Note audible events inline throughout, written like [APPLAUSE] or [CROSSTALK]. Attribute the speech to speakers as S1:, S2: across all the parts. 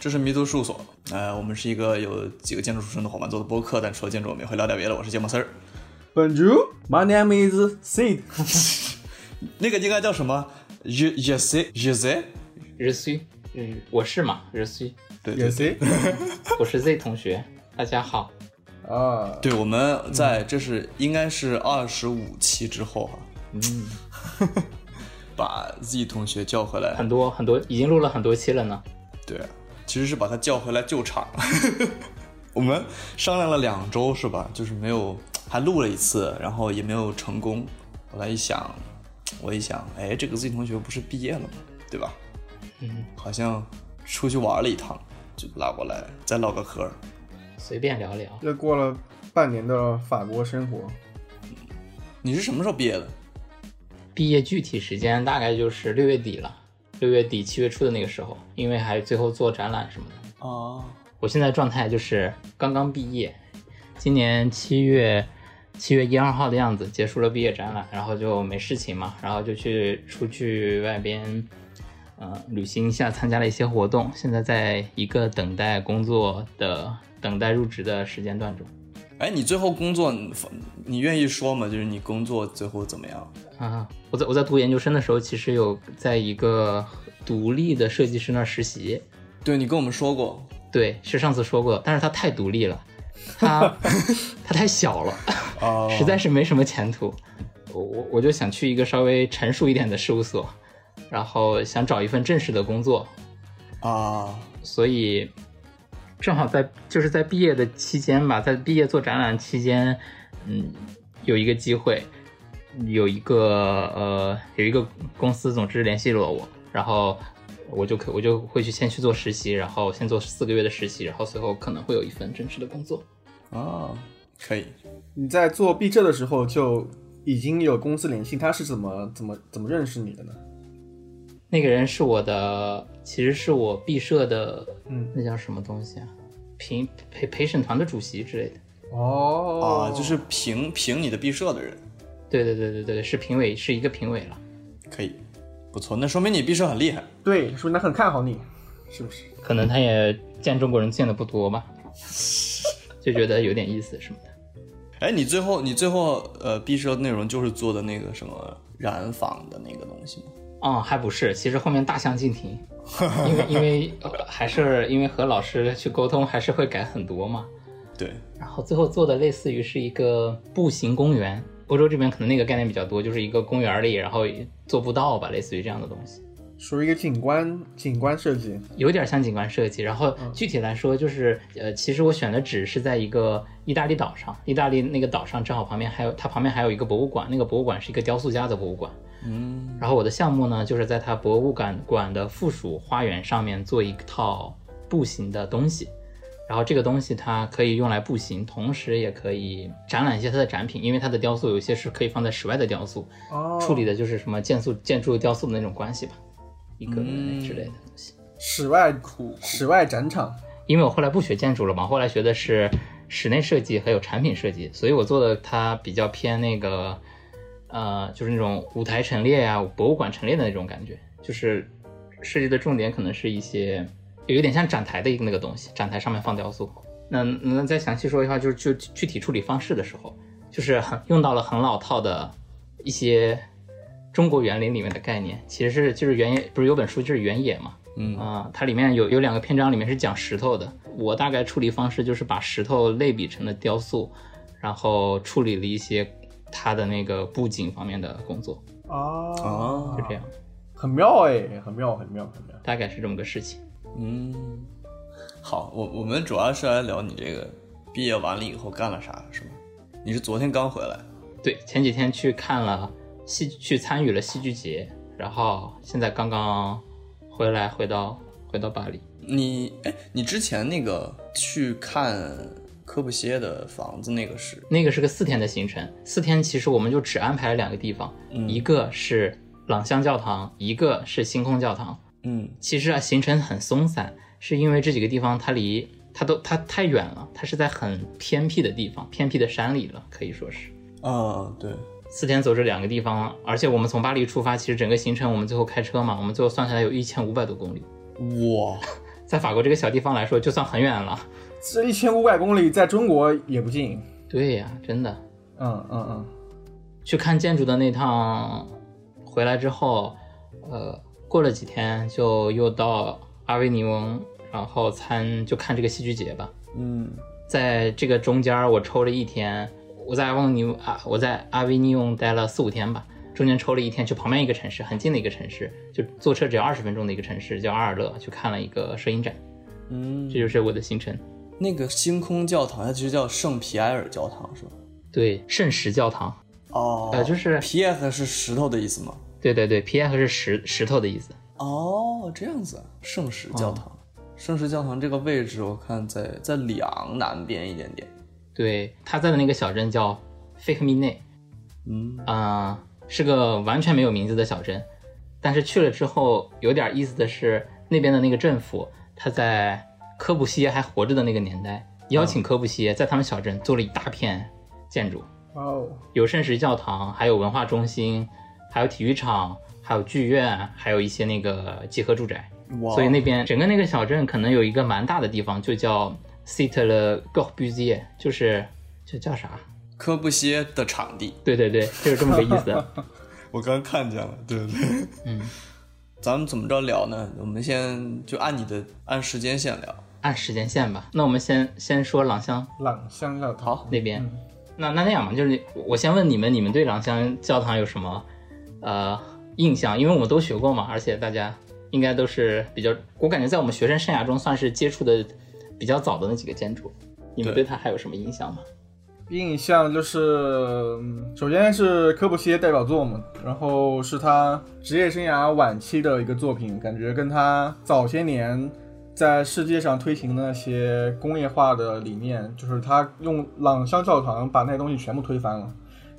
S1: 这是迷途事务所。呃，我们是一个有几个建筑出身的伙伴做的播客，但除了建筑，我们也会聊点别的。我是芥末丝儿，
S2: Bonjour，my name is Sid。
S1: 那个应该叫什么？Je je sais je sais，
S3: 日 C，嗯，我是嘛，日 C，
S1: 对对
S2: y see？
S3: 我是 Z 同学，大家好，
S2: 啊，
S1: 对，我们在这是应该是二十五期之后哈、
S3: 嗯，
S1: [LAUGHS] 把 Z 同学叫回来
S3: 很。多很多，已经录了很多期了呢，
S1: 对，其实是把他叫回来救场。 [LAUGHS] 我们商量了两周是吧？就是没有，还录了一次，然后也没有成功。后来一想，我一想，哎，这个 Z 同学不是毕业了吗？对吧？
S3: 嗯，
S1: 好像出去玩了一趟，就拉过来再唠个嗑儿。
S3: 随便聊聊，
S2: 这过了半年的法国生活，
S1: 你是什么时候毕业的？
S3: 毕业具体时间大概就是六月底了，六月底七月初的那个时候，因为还最后做展览什么的。
S1: 啊，
S3: 我现在状态就是刚刚毕业，今年七月七月一二号的样子结束了毕业展览，然后就没事情嘛，然后就去出去外边，呃，旅行一下，参加了一些活动，现在在一个等待工作的等待入职的时间段中。
S1: 哎，你最后工作，你你愿意说吗？就是你工作最后怎么样？
S3: 啊，我在我在读研究生的时候，其实有在一个独立的设计师那儿实习，
S1: 对你跟我们说过，
S3: 对，是上次说过的，但是他太独立了，他他太小了。
S1: 啊
S3: 实在是没什么前途。我我我就想去一个稍微成熟一点的事务所，然后想找一份正式的工作，
S1: 啊，
S3: 所以正好在就是在毕业的期间吧，在毕业做展览期间，嗯，有一个机会，有一个呃有一个公司，总之联系了我，然后我就可我就会去先去做实习，然后先做四个月的实习，然后随后可能会有一份正式的工作。
S1: 啊，可以。
S2: 你在做毕设的时候就已经有公司联系，他是怎么怎么怎么认识你的呢？
S3: 那个人是我的，其实是我毕设的，
S2: 嗯
S3: 那叫什么东西啊？评陪陪审团的主席之类的。
S2: 哦
S1: 啊，就是评评你的毕设的人，
S3: 对对对对对，是评委，是一个评委了。
S1: 可以，不错，那说明你毕设很厉害。
S2: 对，说明他很看好你，是不是？
S3: 可能他也见中国人见的不多吧， [LAUGHS] 就觉得有点意思什么的。
S1: 哎，你最后你最后呃毕设的内容就是做的那个什么染坊的那个东西吗？
S3: 哦，还不是，其实后面大相径庭，因为因为、呃还是因为和老师去沟通，还是会改很多嘛。
S1: 对，
S3: 然后最后做的类似于是一个步行公园，欧洲这边可能那个概念比较多，就是一个公园里，然后做步道吧，类似于这样的东西。
S2: 属于一个景观景观设计，
S3: 有点像景观设计。然后具体来说，就是呃，其实我选的址是在一个意大利岛上，意大利那个岛上正好旁边还有它旁边还有一个博物馆，那个博物馆是一个雕塑家的博物馆。
S1: 嗯，
S3: 然后我的项目呢，就是在它博物馆馆的附属花园上面做一套步行的东西。然后这个东西它可以用来步行，同时也可以展览一些它的展品，因为它的雕塑有些是可以放在室外的雕塑，
S2: 哦
S3: 处理的就是什么建筑建筑雕塑的那种关系吧，一个
S1: 嗯
S3: 之类的东西。
S2: 室外苦室外展场，
S3: 因为我后来不学建筑了嘛，后来学的是室内设计还有产品设计，所以我做的它比较偏那个，呃，就是那种舞台陈列呀、啊博物馆陈列的那种感觉，就是设计的重点可能是一些有点像展台的一个那个东西，展台上面放雕塑。那那再详细说一下，就是就具体处理方式的时候，就是很用到了很老套的一些中国园林里面的概念，其实是就是原野，不是有本书就是原野嘛，
S1: 嗯
S3: 啊、它里面有有两个篇章，里面是讲石头的。我大概处理方式就是把石头类比成了雕塑，然后处理了一些它的那个布景方面的工作，
S2: 哦
S3: 就这样，
S2: 很妙哎，很妙，很妙，很妙。
S3: 大概是这么个事情。
S1: 嗯，好，我我们主要是来聊你这个毕业完了以后干了啥，是吗？你是昨天刚回来，
S3: 对，前几天去看了戏，去参与了戏剧节，然后现在刚刚回来，回到回到巴黎。
S1: 你哎，你之前那个去看科布西耶的房子那个是
S3: 那个是个四天的行程，四天其实我们就只安排了两个地方，
S1: 嗯
S3: 一个是朗香教堂，一个是星空教堂。
S1: 嗯
S3: 其实啊，行程很松散，是因为这几个地方它离它都它太远了，它是在很偏僻的地方，偏僻的山里了，可以说是
S1: 啊对
S3: 四天走这两个地方，而且我们从巴黎出发，其实整个行程我们最后开车嘛，我们最后算下来有一千五百多公里，
S1: 哇
S3: 在法国这个小地方来说，就算很远了。
S2: 这一千五百公里在中国也不近。
S3: 对呀、真的，
S2: 嗯嗯嗯，
S3: 去看建筑的那趟回来之后，呃，过了几天就又到阿维尼翁，然后参就看这个戏剧节吧。
S1: 嗯，
S3: 在这个中间儿，我抽了一天，我在阿旺尼啊，我在阿维尼翁待了四五天吧，中间抽了一天去旁边一个城市，很近的一个城市，就坐车只要二十分钟的一个城市，叫阿尔勒，去看了一个摄影展。
S1: 嗯，
S3: 这就是我的行程。
S1: 那个星空教堂，它其实叫圣皮埃尔教堂是吧？
S3: 对，圣石教堂，
S1: 哦，
S3: 呃，就是
S1: 皮埃尔是石头的意思吗？
S3: 对对对，皮埃和是石石头的意思。
S1: 哦，这样子啊，圣石教堂。圣石教堂这个位置，我看在在里昂南边一点点。
S3: 对，他在的那个小镇叫费克米内，
S1: 嗯
S3: 啊、是个完全没有名字的小镇。但是去了之后，有点意思的是，那边的那个政府，他在科布西耶还活着的那个年代，邀请科布西耶在他们小镇做了一大片建筑，
S2: 哇哦，
S3: 有圣石教堂，还有文化中心，还有体育场，还有剧院，还有一些那个集合住宅。
S1: 哇，
S3: 所以那边整个那个小镇可能有一个蛮大的地方，就叫 Cite le Corbusier，就是这叫啥？
S1: 科布西耶的场地，
S3: 对对对，就是这么个意思。
S1: 我刚看见了，对对。
S3: 嗯，
S1: 咱们怎么着聊呢？我们先就按你的按时间线聊。
S3: 按时间线吧，那我们先先说朗香
S2: 朗香嗯教堂。
S1: 好，
S3: 那边。那那那样吧，就是我我先问你们，你们对朗香教堂有什么呃印象？因为我们都学过嘛，而且大家应该都是比较，我感觉在我们学生生涯中算是接触的比较早的那几个建筑。你们
S1: 对
S3: 对它还有什么印象吗？
S2: 印象就是，嗯首先是科布西耶代表作嘛，然后是他职业生涯晚期的一个作品，感觉跟他早些年在世界上推行的那些工业化的理念，就是他用朗香教堂把那些东西全部推翻了，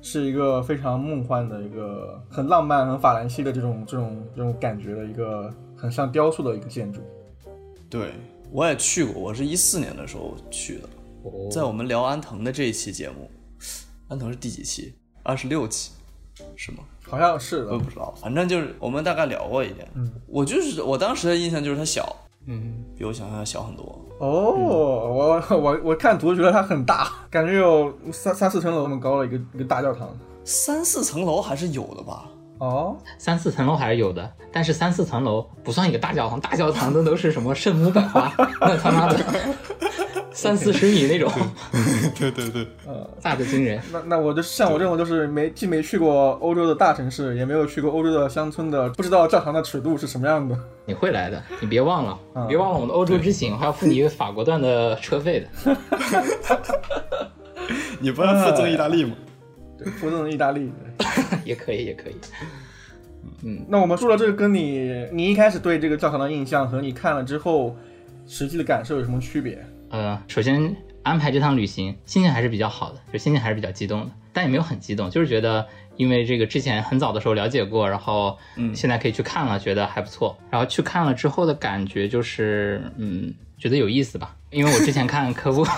S2: 是一个非常梦幻的一个很浪漫、很法兰西的这种这种这种感觉的一个很像雕塑的一个建筑。
S1: 对，我也去过，我是一四年的时候去的，
S3: 哦
S1: 在我们聊安藤的这一期节目，安藤是第几期？二十六期，是吗？
S2: 好像是
S1: 我也
S2: 的，
S1: 不知道，反正就是我们大概聊过一点。
S2: 嗯，
S1: 我就是我当时的印象就是它小，
S3: 嗯，
S1: 比我想象的小很多。
S2: 哦，我我我看图觉得它很大，感觉有三三四层楼那么高的一个一个大教堂。
S1: 三四层楼还是有的吧？ [LAUGHS]
S2: 哦，
S3: 三四层楼还是有的，但是三四层楼不算一个大教堂，大教堂那都是什么圣母百
S1: [LAUGHS]
S3: 花，那他妈的三四十米那种，呃
S1: 对对对，
S3: 大的惊人。
S2: 那那我就像我这种就是没既没去过欧洲的大城市，也没有去过欧洲的乡村的，不知道教堂的尺度是什么样的。
S3: 你会来的，你别忘了，
S2: 嗯
S3: 你别忘了我们的欧洲之行，还要付你一个法国段的车费的。 [LAUGHS]
S1: 你不要附赠意大利吗？
S2: 对，附赠意大利。
S3: 也可以，也可以。
S2: 那我们说了这个，跟你你一开始对这个教堂的印象和你看了之后实际的感受有什么区别？
S3: 呃，首先安排这趟旅行，心情还是比较好的，就心情还是比较激动的，但也没有很激动，就是觉得因为这个之前很早的时候了解过，然后
S1: 嗯
S3: 现在可以去看了，觉得还不错。然后去看了之后的感觉就是，嗯，觉得有意思吧，因为我之前看科布。 [LAUGHS]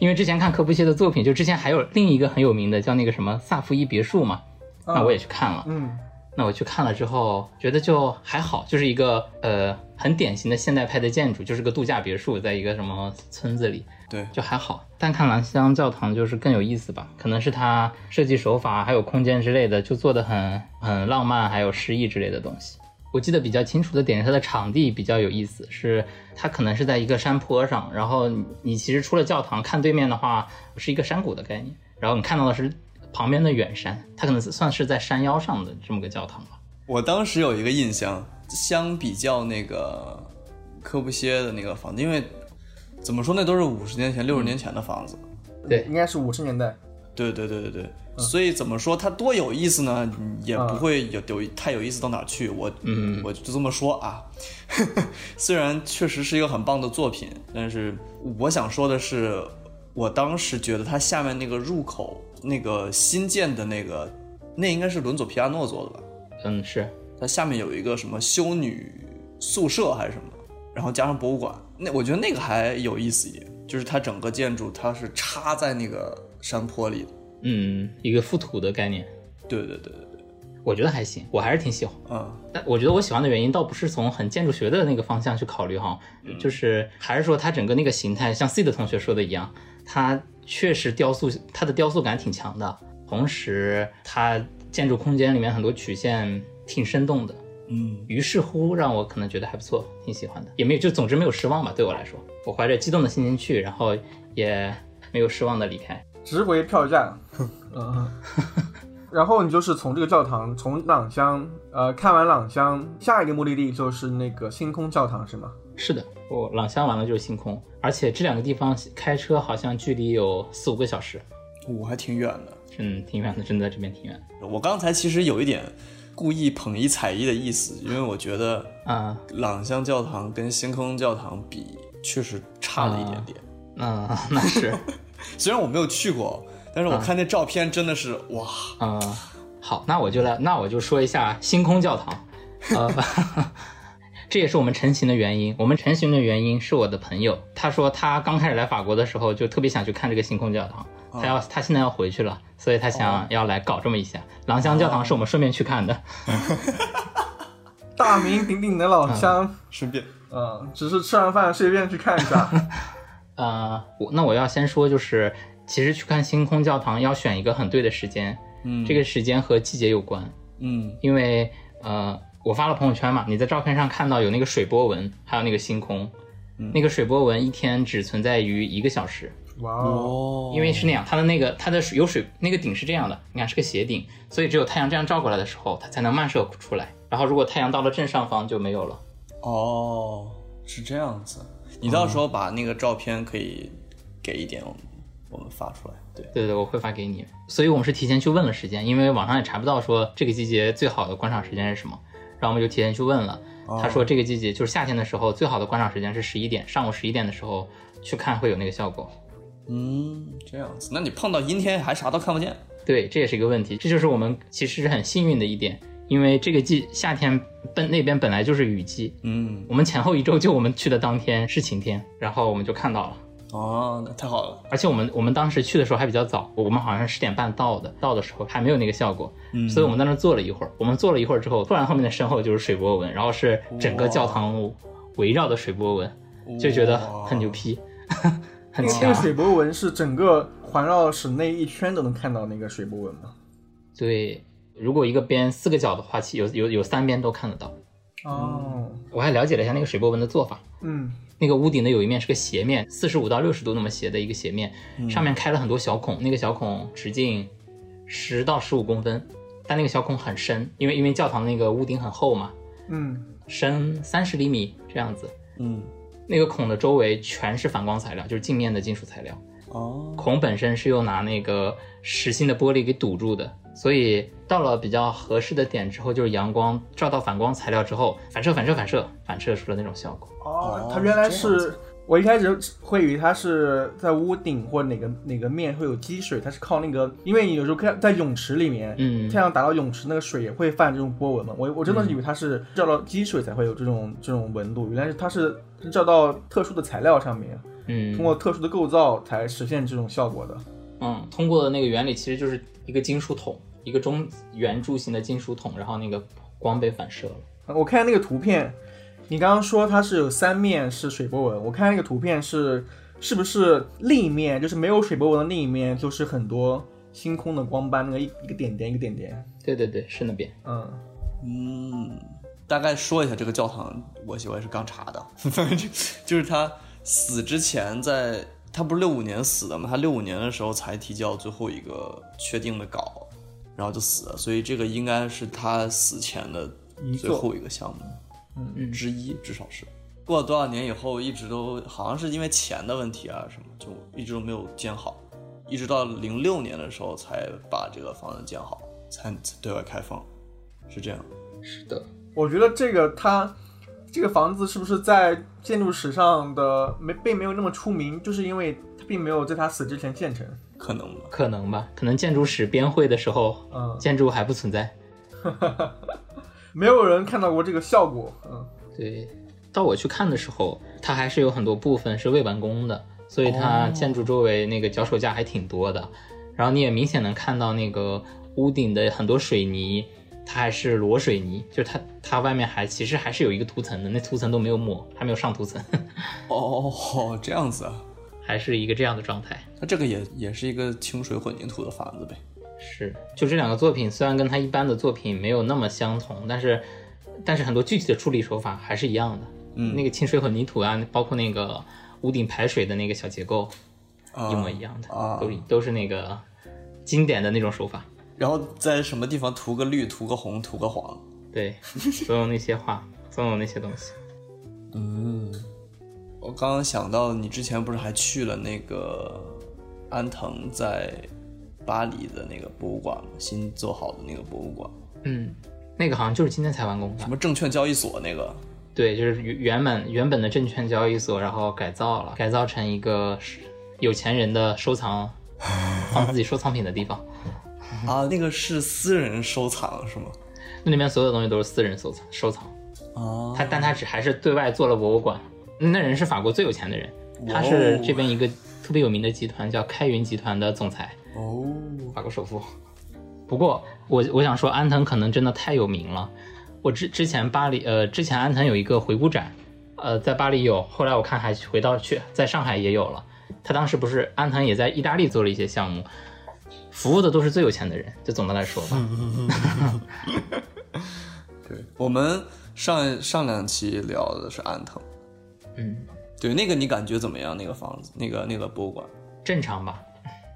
S3: 因为之前看科布西耶的作品，就之前还有另一个很有名的叫那个什么萨福伊别墅嘛，那啊我也去看了。
S2: 啊嗯
S3: 那我去看了之后，觉得就还好，就是一个呃很典型的现代派的建筑，就是个度假别墅，在一个什么村子里，
S1: 对，
S3: 就还好。但看兰香教堂就是更有意思吧，可能是它设计手法还有空间之类的，就做的很很浪漫，还有诗意之类的东西。我记得比较清楚的点是它的场地比较有意思，是它可能是在一个山坡上，然后你你其实出了教堂看对面的话是一个山谷的概念，然后你看到的是旁边的远山，它可能算是在山腰上的这么个教堂吧。
S1: [LAUGHS] 我当时有一个印象，相比较那个科布西耶的那个房子，因为怎么说那都是五十年前、六十年前的房子。
S3: 对
S2: 应该是五十年代。
S1: 对对对对对，所以怎么说它多有意思呢？也不会有有太有意思到哪儿去。我
S3: 嗯
S1: 我就这么说啊。 [LAUGHS] 虽然确实是一个很棒的作品，但是我想说的是，我当时觉得它下面那个入口，那个新建的那个，那应该是伦佐皮亚诺做的吧？
S3: 嗯，是
S1: 它下面有一个什么修女宿舍还是什么，然后加上博物馆，那我觉得那个还有意思一点，就是它整个建筑它是插在那个山坡里的。
S3: 嗯一个覆土的概念。
S1: 对对对对对，
S3: 我觉得还行，我还是挺喜欢。
S1: 嗯
S3: 但我觉得我喜欢的原因倒不是从很建筑学的那个方向去考虑哈，就是还是说它整个那个形态，像 C 的同学说的一样，它确实雕塑它的雕塑感挺强的，同时它建筑空间里面很多曲线挺生动的，
S1: 嗯
S3: 于是乎让我可能觉得还不错，挺喜欢的，也没有就总之没有失望吧，对我来说，我怀着激动的心情去，然后也没有失望的离开。
S2: 值回票价。嗯，然后你就是从这个教堂，从朗香，呃，看完朗香，下一个目的地就是那个星空教堂，是吗？
S3: 是的，我朗香完了就是星空，而且这两个地方开车好像距离有四五个小时。
S1: 我还挺远的。
S3: 嗯，挺远的，真的这边挺远
S1: 我刚才其实有一点故意捧一踩一的意思，因为我觉得
S3: 啊。
S1: 朗香教堂跟星空教堂比，确实差了一点点。
S3: 嗯，那是，
S1: 虽然我没有去过，但是我看那照片真的是、哇，
S3: 嗯，好，那我就来，那我就说一下星空教堂。呃， [LAUGHS] 这也是我们成型的原因。我们成型的原因是我的朋友，他说他刚开始来法国的时候就特别想去看这个星空教堂，他要他现在要回去了，所以他想要来搞这么一下。朗香教堂是我们顺便去看的，
S2: 大名鼎鼎的朗香，
S1: 顺便
S2: 嗯，只是吃完饭随便去看一下。
S3: 呃，我那我要先说，就是其实去看星空教堂要选一个很对的时间，
S1: 嗯
S3: 这个时间和季节有关。
S1: 嗯
S3: 因为呃，我发了朋友圈嘛，你在照片上看到有那个水波纹，还有那个星空，那个水波纹一天只存在于一个小时，
S2: 哇哦，
S1: 哦
S3: 因为是那样，它的那个它的水有水那个顶是这样的，你看是个斜顶，所以只有太阳这样照过来的时候，它才能漫射出来。然后如果太阳到了正上方就没有了。
S1: 哦是这样子，你到时候把那个照片可以给一点我们，我们发出来。对，
S3: 对对，我会发给你。所以我们是提前去问了时间，因为网上也查不到说这个季节最好的观赏时间是什么，然后我们就提前去问了。他说这个季节就是夏天的时候，最好的观赏时间是十一点，上午十一点的时候去看会有那个效果。
S1: 嗯，这样子，那你碰到阴天还啥都看不见。
S3: 对，这也是一个问题，这就是我们其实是很幸运的一点，因为这个季夏天本那边本来就是雨季，
S1: 嗯，
S3: 我们前后一周就我们去的当天是晴天，然后我们就看到了。
S1: 哦，那太好了。
S3: 而且我们我们当时去的时候还比较早，我们好像是十点半到的，到的时候还没有那个效果，嗯，所以我们在那儿坐了一会儿。我们坐了一会儿之后，突然后面的身后就是水波纹，然后是整个教堂围绕的水波纹，就觉得很牛逼， [LAUGHS]
S2: 那个
S3: 很
S2: 那
S3: 强
S2: 个。水波纹是整个环绕室内一圈都能看到那个水波纹吗？
S3: 对，如果一个边四个角的话，其有有有三边都看得到。
S2: 哦，
S3: 我还了解了一下那个水波纹的做法，
S2: 嗯，
S3: 那个屋顶的有一面是个斜面，四十五到六十度那么斜的一个斜面，上面开了很多小孔，那个小孔直径十到十五公分，但那个小孔很深，因为因为教堂那个屋顶很厚嘛，
S2: 嗯，
S3: 深三十厘米这样子。
S1: 嗯，
S3: 那个孔的周围全是反光材料，就是镜面的金属材料。
S1: 哦，
S3: 孔本身是又拿那个实心的玻璃给堵住的，所以到了比较合适的点之后，就是阳光照到反光材料之后，反射反射反射反射出了那种效果。
S2: 哦
S1: 哦，
S2: 它原来
S1: 这样
S2: 是。我一开始会以为它是在屋顶或哪个哪个面会有积水，它是靠那个，因为你有时候看在泳池里面，
S3: 嗯
S2: 太阳打到泳池那个水也会泛这种波纹嘛。我我真的
S1: 嗯
S2: 是以为它是照到积水才会有这种这种纹路，原来是它是照到特殊的材料上面，
S3: 嗯，
S2: 通过特殊的构造才实现这种效果的。
S3: 嗯，通过的那个原理其实就是一个金属桶，一个中圆柱形的金属桶，然后那个光被反射了。
S2: 我看那个图片，你刚刚说它是有三面是水波纹，我看那个图片是是不是另一面就是没有水波纹的另一面就是很多星空的光斑，那个一一个点点一个点点，
S3: 对对对，是那边。
S2: 嗯，
S1: 嗯，大概说一下这个教堂，我我也是刚查的， [LAUGHS] 反正就就是他死之前在，他不是六五年死的嘛，他六五年的时候才提交最后一个确定的稿，然后就死了，所以这个应该是他死前的
S2: 遗
S1: 最
S2: 作
S1: 后一个项目，嗯之一至少是。过了多少年以后，一直都好像是因为钱的问题啊什么，就一直都没有建好，一直到零六年的时候才把这个房子建好，才才对外开放，是这样。
S3: 是的，
S2: 我觉得这个它这个房子是不是在建筑史上的没并没有那么出名，就是因为它并没有在他死之前建成，
S1: 可能吧。
S3: 可能吧，可能建筑史编绘的时候，
S2: 嗯，
S3: 建筑还不存在。
S2: 没有人看到过这个效果，嗯，
S3: 对，到我去看的时候，它还是有很多部分是未完工的，所以它建筑周围那个脚手架还挺多的。然后你也明显能看到那个屋顶的很多水泥，它还是裸水泥，就是它它外面还其实还是有一个涂层的，那涂层都没有抹，还没有上涂层，
S1: 哦哦，这样子啊，
S3: 还是一个这样的状态。
S1: 那这个也也是一个清水混凝土的法子呗。
S3: 是，就这两个作品虽然跟他一般的作品没有那么相同，但是但是很多具体的处理手法还是一样的。
S1: 嗯
S3: 那个清水混凝土啊，包括那个屋顶排水的那个小结构，
S1: 啊
S3: 一模一样的，
S1: 啊
S3: 都都是那个经典的那种手法。
S1: 然后在什么地方涂个绿、涂个红、涂个黄。 [LAUGHS]
S3: 对，总有那些画，总有那些东西。
S1: 嗯，我刚刚想到，你之前不是还去了那个安藤在巴黎的那个博物馆吗，新做好的那个博物馆，
S3: 嗯，那个好像就是今天才完工吧
S1: 什？么证券交易所那个。
S3: 对，就是原原本原本的证券交易所，然后改造了，改造成一个是有钱人的收藏，放自己收藏品的地方。
S1: 啊，那个是私人收藏是吗？
S3: 那里面所有的东西都是私人收藏收藏。
S1: 啊，
S3: 他但他只还是对外做了博物馆。那人是法国最有钱的人，他是这边一个特别有名的集团叫开云集团的总裁，
S1: 哦，
S3: 法国首富。不过我我想说，安藤可能真的太有名了。我之之前巴黎呃，之前安藤有一个回顾展，呃，在巴黎有，后来我看还回到去在上海也有了。他当时不是安藤也在意大利做了一些项目，服务的都是最有钱的人，就总的来说吧。
S1: 对，我们上上两期聊的是安藤，
S3: 嗯，
S1: 对，那个你感觉怎么样？那个房子，那个那个博物馆，
S3: 正常吧，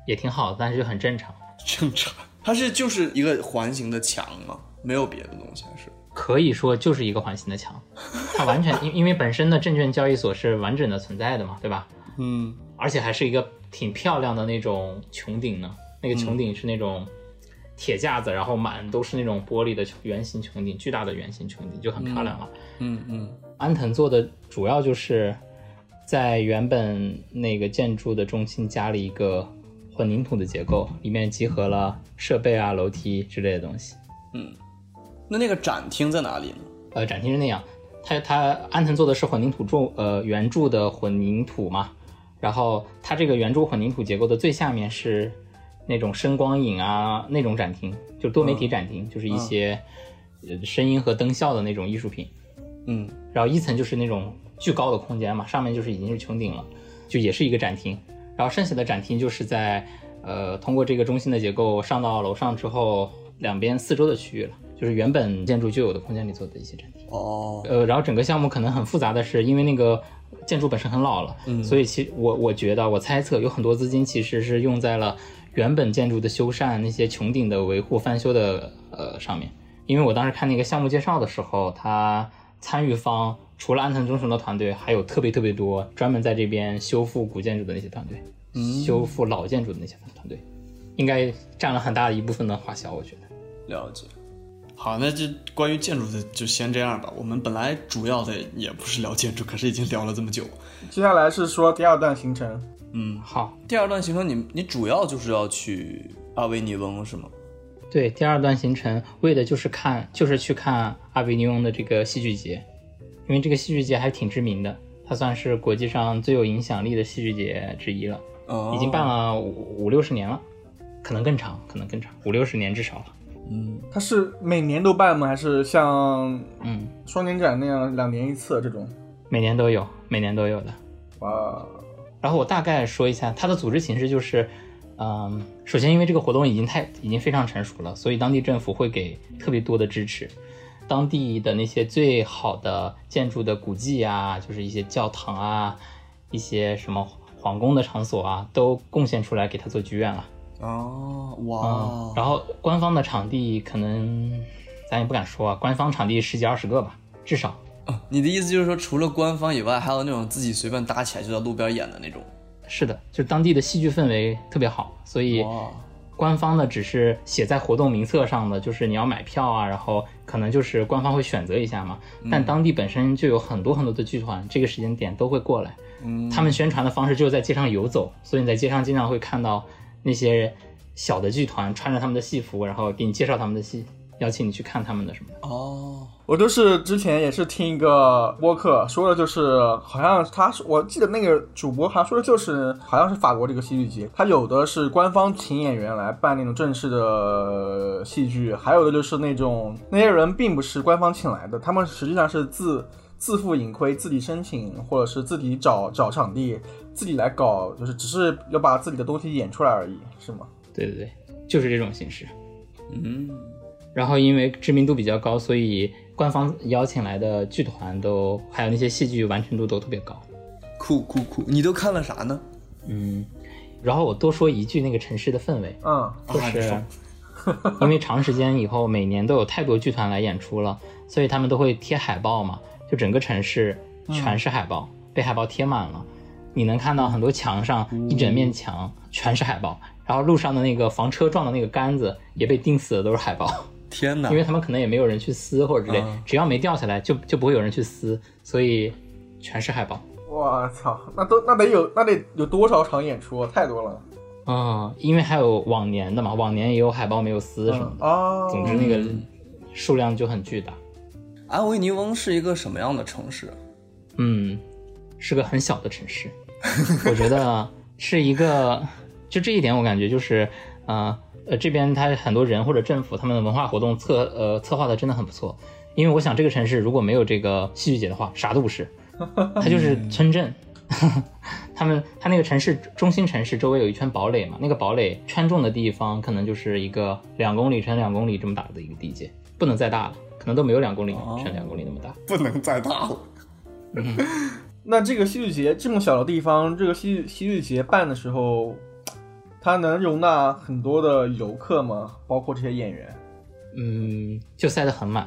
S3: 也挺好，但是就很正常。
S1: 正常，它是就是一个环形的墙嘛，没有别的东西，还是
S3: 可以说就是一个环形的墙，它完全因因为本身的证券交易所是完整的存在的嘛，对吧？
S1: 嗯
S3: 而且还是一个挺漂亮的那种穹顶呢，那个穹顶是那种铁架子，然后满都是那种玻璃的穹圆形穹顶，巨大的圆形穹顶就很漂亮了。
S1: 嗯嗯
S3: 安藤做的主要就是在原本那个建筑的中心加了一个混凝土的结构，里面集合了设备啊、楼梯之类的东西。
S1: 嗯，那那个展厅在哪里呢？
S3: 呃，展厅是那样，它它安藤做的是混凝土柱，呃，圆柱的混凝土嘛，然后它这个圆柱混凝土结构的最下面是那种声光影啊那种展厅，就多媒体展厅，就是一些呃声音和灯效的那种艺术品，
S1: 嗯
S3: 然后一层就是那种巨高的空间嘛，上面就是已经是穹顶了，就也是一个展厅，然后剩下的展厅就是在呃通过这个中心的结构上到楼上之后，两边四周的区域了，就是原本建筑就有的空间里做的一些展厅。
S1: 哦，
S3: 呃，然后整个项目可能很复杂的是，因为那个建筑本身很老了，所以其我我觉得我猜测有很多资金其实是用在了原本建筑的修缮、那些穹顶的维护、翻修的呃上面。因为我当时看那个项目介绍的时候，他参与方除了安藤忠雄的团队，还有特别特别多专门在这边修复古建筑的那些团队，修复老建筑的那些团队，应该占了很大的一部分的花销，我觉得。
S1: 了解。好，那就关于建筑的就先这样吧。我们本来主要的也不是聊建筑，可是已经聊了这么久。
S2: 接下来是说第二段行程，
S1: 嗯，
S3: 好，
S1: 第二段行程你你主要就是要去阿维尼翁是吗？
S3: 对，第二段行程为的就是看，就是去看阿维尼翁的这个戏剧节，因为这个戏剧节还挺知名的，它算是国际上最有影响力的戏剧节之一了，
S1: 哦，
S3: 已经办了五五六十年了，可能更长，可能更长，五六十年至少了。
S1: 嗯，
S2: 它是每年都办吗？还是像
S3: 嗯，
S2: 双年展那样两年一次啊这种？
S3: 每年都有，每年都有的。
S2: 哇，
S3: 然后我大概说一下它的组织形式，就是，嗯，首先因为这个活动已经太已经非常成熟了，所以当地政府会给特别多的支持，当地的那些最好的建筑的古迹啊，就是一些教堂啊，一些什么皇宫的场所啊，都贡献出来给它做剧院了。
S1: 哦，
S3: 嗯，
S1: 哇，
S3: 然后官方的场地可能咱也不敢说啊，官方场地十几二十个吧，至少。
S1: 你的意思就是说，除了官方以外，还有那种自己随便搭起来就在路边演的那种？
S3: 是的，就当地的戏剧氛围特别好，所以
S1: 哇，
S3: 官方的只是写在活动名册上的，就是你要买票啊，然后可能就是官方会选择一下嘛。但当地本身就有很多很多的剧团，这个时间点都会过来。
S1: 嗯，
S3: 他们宣传的方式就是在街上游走，所以你在街上经常会看到那些小的剧团穿着他们的戏服，然后给你介绍他们的戏邀请你去看他们的什么的。
S1: 哦，
S2: 我就是之前也是听一个播客说的，就是好像他是我记得那个主播好像说的就是好像是法国这个戏剧节，他有的是官方请演员来办那种正式的戏剧，还有的就是那种那些人并不是官方请来的，他们实际上是自自负盈亏，自己申请或者是自己找找场地，自己来搞，就是只是要把自己的东西演出来而已，是吗？
S3: 对对对，就是这种形式。
S1: 嗯，
S3: 然后因为知名度比较高，所以官方邀请来的剧团都还有那些戏剧完成度都特别高。
S1: 酷酷酷，你都看了啥呢？
S3: 嗯，然后我多说一句那个城市的氛围，
S2: 嗯，
S3: 就
S1: 啊你
S3: 是
S1: 说
S3: [LAUGHS] 因为长时间以后每年都有太多剧团来演出了，所以他们都会贴海报嘛，就整个城市全是海报，被海报贴满了。你能看到很多墙上一整面墙全是海报，然后路上的那个防车撞的那个杆子也被钉死的都是海报。
S1: 天哪
S3: 因！为他们可能也没有人去撕或者之类，
S1: 嗯
S3: 只要没掉下来就就不会有人去撕，所以全是海报。
S2: 我操，那都那得有那得有多少场演出啊？太多了。
S3: 嗯，因为还有往年的嘛，往年也有海报没有撕什么
S2: 嗯
S3: 的。
S2: 哦，
S3: 总之那个数量就很巨大。
S1: 安维尼翁是一个什么样的城市？
S3: 嗯，是个很小的城市， [LAUGHS] 我觉得是一个，就这一点我感觉就是，呃呃，这边他很多人或者政府他们的文化活动策呃策划的真的很不错，因为我想这个城市如果没有这个戏剧节的话，啥都不是，它就是村镇。 [LAUGHS] 他们他那个城市中心城市周围有一圈堡垒嘛，那个堡垒圈中的地方可能就是一个两公里乘两公里这么大的一个地界，不能再大了，可能都没有两公里乘两公里那么大。
S1: 不能再大了。
S2: 那这个戏剧节这么小的地方，这个戏剧戏剧节办的时候，它能容纳很多的游客吗？包括这些演员？
S3: 嗯，就塞得很满，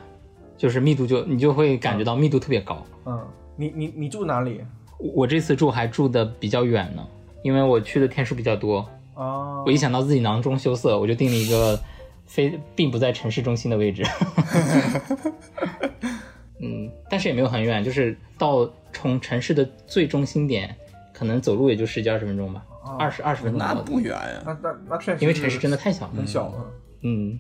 S3: 就是密度就你就会感觉到密度特别高。
S2: 嗯，你你你住哪里？
S3: 我我这次住还住的比较远呢，因为我去的天数比较多。
S2: 啊
S3: 我一想到自己囊中羞涩，我就定了一个非并不在城市中心的位置。 [LAUGHS] 嗯，但是也没有很远，就是到从城市的最中心点，可能走路也就十几二十分钟吧，二十二十分钟
S1: 那
S3: 左右。
S1: 不远呀、
S2: 那那那确实，
S3: 因为城市真的太小了。
S2: 很小了。
S3: 嗯，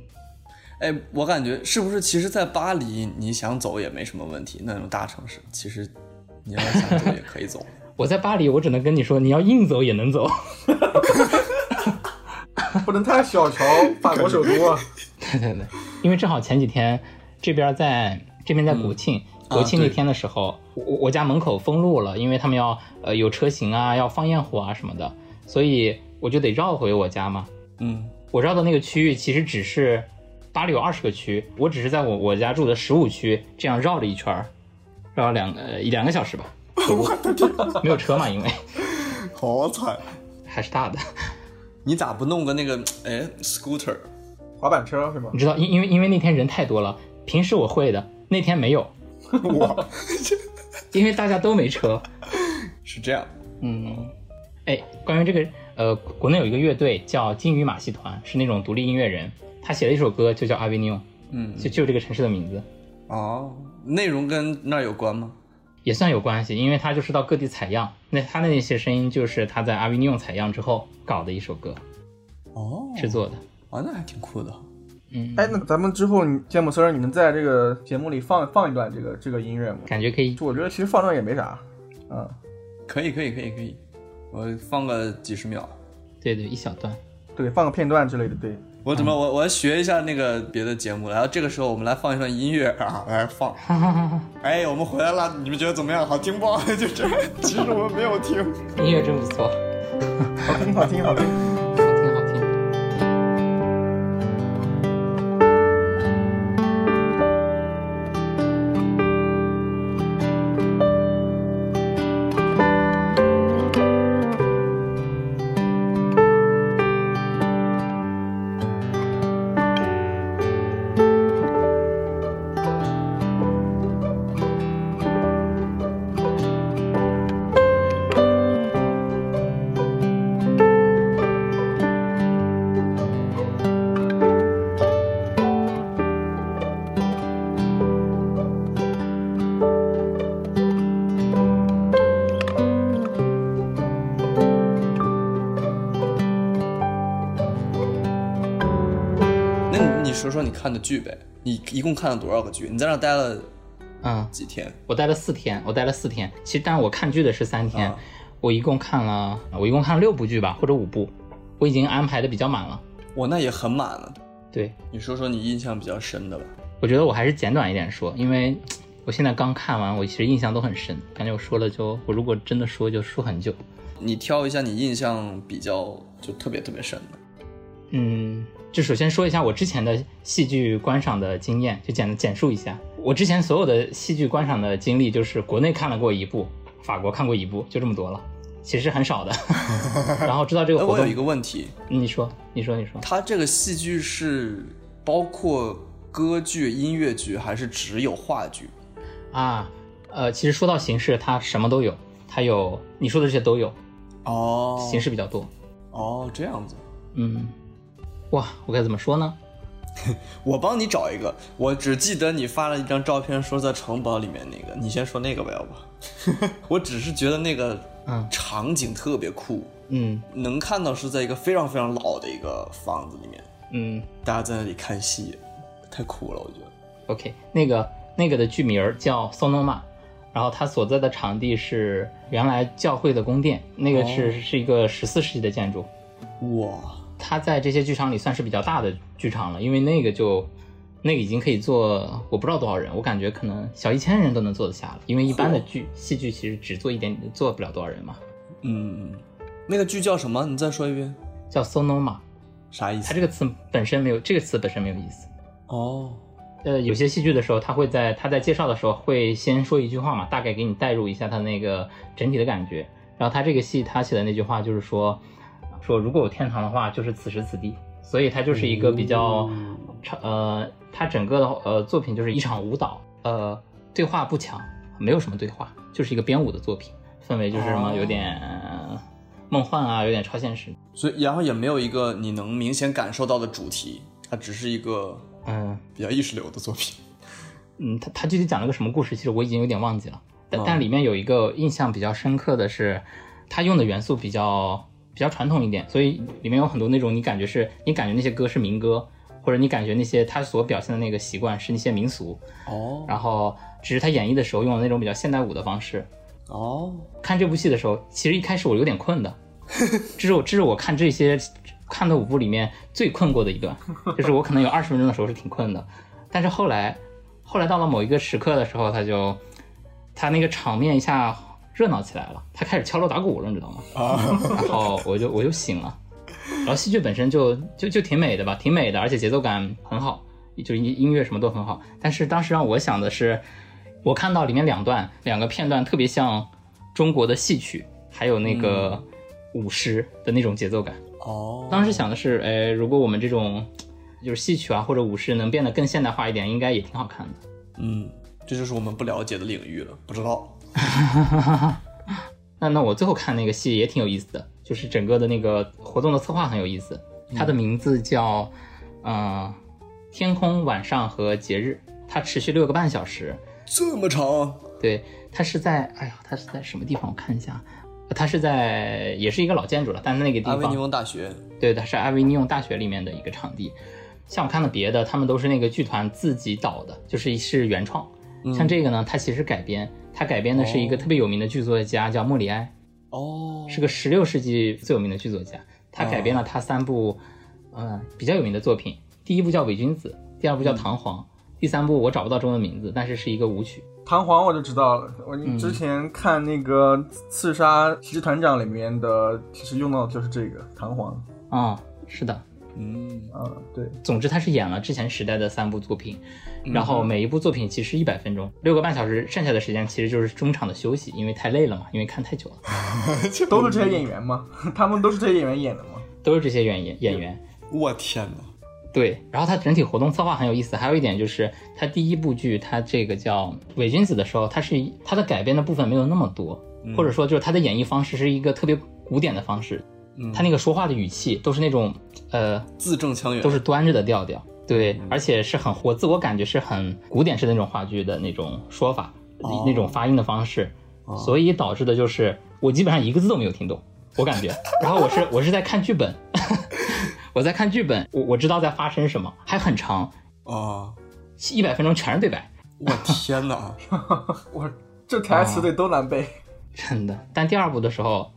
S1: 哎，我感觉是不是？其实，在巴黎，你想走也没什么问题。那种大城市，其实你要想走也可以走。
S3: 我在巴黎，我只能跟你说，你要硬走也能走。
S2: 不能太小
S3: [LAUGHS]
S2: 瞧法国首都啊！
S3: 对对对，因为正好前几天这边在这边在国庆，国庆那天的时候，我我我家门口封路了，因为他们要呃有车型啊，要放焰火啊什么的，所以我就得绕回我家嘛。
S1: 嗯，
S3: 我绕的那个区域其实只是巴黎有二十个区，我只是在我我家住的十五区这样绕了一圈儿，绕了两个呃一两个小时吧。没有车嘛，因为
S1: [LAUGHS] 好惨！
S3: 还是大的。
S1: 你咋不弄个那个哎 scooter？
S2: 滑板车是吗
S3: 你？知道，因因为因为那天人太多了，平时我会的，那天没有，
S1: [LAUGHS] 我
S3: 因为大家都没车。
S1: 是这样。
S3: 嗯，哎，关于这个，呃，国内有一个乐队叫金鱼马戏团，是那种独立音乐人，他写了一首歌就叫《阿维尼翁》，
S1: 嗯，
S3: 就就这个城市的名字
S1: 哦，内容跟那儿有关吗？
S3: 也算有关系，因为他就是到各地采样，那他的那些声音就是他在阿维尼翁采样之后搞的一首歌
S1: 哦，
S3: 制作的。
S1: 啊，那还挺酷的。
S3: 嗯，
S2: 哎，那咱们之后你詹姆斯，你能在这个节目里放放一段这个这个音乐吗？
S3: 感觉可以
S2: 就我觉得其实放这也没啥。嗯，
S1: 可以，可以，可以，可以。我放个几十秒。
S3: 对对一小段。
S2: 对，放个片段之类的，对。
S1: 我怎么我我要学一下那个别的节目，然后这个时候我们来放一段音乐啊，来 [LAUGHS] 放。哎，我们回来了，你们觉得怎么样？好 [LAUGHS] 听不？就这，其实我们没有听。
S3: 音乐真不错，
S2: 好听，好听，好听。
S3: 好听好听。
S4: Thank
S1: 说说你看的剧呗，你一共看了多少个剧？你在那儿待了
S3: 嗯，
S1: 几天？
S3: 我待了四天，我待了四天。其实，但我看剧的是三天，
S1: 啊
S3: 我一共看了，我一共看了六部剧吧，或者五部，我已经安排的比较满了。
S1: 我那也很满了。
S3: 对，
S1: 你说说你印象比较深的吧。
S3: 我觉得我还是简短一点说，因为我现在刚看完，我其实印象都很深，感觉我说了就，我如果真的说就说很久。
S1: 你挑一下你印象比较就特别特别深的。
S3: 嗯，就首先说一下我之前的戏剧观赏的经验，就简简述一下。我之前所有的戏剧观赏的经历，就是国内看了过一部，法国看过一部，就这么多了，其实很
S1: [LAUGHS]
S3: 少的。 [LAUGHS] 然后知道这个
S1: 哎，
S3: 活
S1: 我有
S3: 动
S1: 一，个问题，
S3: 你说，你说，你说，
S1: 它这个戏剧是包括歌剧、音乐剧，还是只有话剧？
S3: 啊，呃，其实说到形式，它什么都有，它有你说的这些都有，
S1: 哦
S3: 形式比较多。
S1: 哦，这样子。
S3: 嗯，哇，我该怎么说呢？
S1: 我帮你找一个，我只记得你发了一张照片，说在城堡里面那个，你先说那个吧，要不？ [LAUGHS] 我只是觉得那个
S3: 嗯
S1: 场景特别酷，
S3: 嗯
S1: 能看到是在一个非常非常老的一个房子里面，
S3: 嗯
S1: 大家在那里看戏，太酷了，我觉得。
S3: ，OK，那个那个的剧名儿叫索诺玛，然后它所在的场地是原来教会的宫殿，那个是、是一个十四世纪的建筑。
S1: 哇，
S3: 它在这些剧场里算是比较大的剧场了，因为那个就那个已经可以坐我不知道多少人，我感觉可能小一千人都能坐得下了，因为一般的剧戏剧其实只坐一点点，坐不了多少人嘛。
S1: 嗯，那个剧叫什么？你再说一遍，
S3: 叫 sonoma，
S1: 啥意
S3: 它
S1: 思？
S3: 这个词本身没有这个词本身没有意思。
S1: 哦，
S3: 呃，有些戏剧的时候，他会在他在介绍的时候会先说一句话嘛，大概给你带入一下他那个整体的感觉。然后他这个戏他写的那句话就是说，说如果有天堂的话，就是此时此地。所以它就是一个比较
S1: 嗯，
S3: 呃，它整个的呃作品就是一场舞蹈，呃，对话不强，没有什么对话，就是一个编舞的作品，氛围就是什么
S1: 哦
S3: 有点呃梦幻啊，有点超现实，
S1: 所以然后也没有一个你能明显感受到的主题，它只是一个
S3: 嗯、
S1: 比较意识流的作品。
S3: 嗯，他他具体讲了个什么故事，其实我已经有点忘记了。但
S1: 嗯
S3: 但里面有一个印象比较深刻的是，他用的元素比较比较传统一点，所以里面有很多那种你感觉是你感觉那些歌是民歌，或者你感觉那些他所表现的那个习惯是那些民俗，
S1: 哦
S3: 然后只是他演绎的时候用了那种比较现代舞的方式。
S1: 哦，
S3: 看这部戏的时候，其实一开始我有点困的，这是我这是我看这些看的五部里面最困过的一段，就是我可能有二十分钟的时候是挺困的，但是后来后来到了某一个时刻的时候，他就他那个场面一下热闹起来了，他开始敲锣打鼓了，你知道吗？然后我就我就醒了，然后戏剧本身就就就挺美的吧，挺美的，而且节奏感很好，就是音音乐什么都很好。但是当时让我想的是，我看到里面两段两个片段特别像中国的戏曲，还有那个舞狮的那种节奏感。
S1: 哦，
S3: 当时想的是，哎，如果我们这种就是戏曲啊或者舞狮能变得更现代化一点，应该也挺好看的。
S1: 嗯，这就是我们不了解的领域了，不知道。
S3: 那那我最后看那个戏也挺有意思的，就是整个的那个活动的策划很有意思。它的名字叫，呃，天空晚上和节日，它持续六个半小时。
S1: 这么长，
S3: 对，它是在，哎呀，它是在什么地方？我看一下，它是在也是一个老建筑了，但是那个地
S1: 阿维尼
S3: 方，
S1: 翁大学
S3: 对，它是阿维尼翁大学里面的一个场地。像我看的别的，他们都是那个剧团自己导的，就是是原创。像这个呢，它其实改编，它改编的是一个
S1: 嗯哦
S3: 特别有名的剧作家叫莫里埃。
S1: 哦，
S3: 是个十六世纪最有名的剧作家，他改编了他三部，嗯、比较有名的作品。第一部叫《伪君子》，第二部叫《
S1: 嗯
S3: 唐璜》，第三部我找不到中文名字，但是是一个舞曲。
S2: 弹簧我就知道了，我你之前看那个《刺杀骑士团长》里面的，其实用到的就是这个弹簧。
S3: 啊、是的。
S1: 嗯，
S2: 啊， [LAUGHS] 对，
S3: 总之，他是演了之前时代的三部作品，然后每一部作品其实一百分钟，六个半小时，剩下的时间其实就是中场的休息，因为太累了嘛，因为看太久了，
S2: 都是这些演员吗？ [LAUGHS] 他们都是这些演员演的吗？
S3: 都是这些演员演员。
S1: 我天哪，
S3: 对，然后它整体活动策划很有意思，还有一点就是它第一部剧，它这个叫《伪君子》的时候，它是它的改编的部分没有那么多，或者说就是它的演绎方式是一个特别古典的方式，
S1: 嗯
S3: 他那个说话的语气都是那种呃
S1: 字正腔圆，
S3: 都是端着的调调，对，而且是很我自我感觉是很古典式的那种话剧的那种说法，
S1: 哦
S3: 那种发音的方式，所以导致的 [LAUGHS] 就是我基本上一个字都没有听懂，我感觉。然后我是我是在看剧本，我在看剧本，我我知道在发生什么，还很长，
S1: 啊！
S3: 一百分钟全是对白，
S1: 我天哪！
S2: 我这台词得都难背。
S3: 真的。但第二部的时候，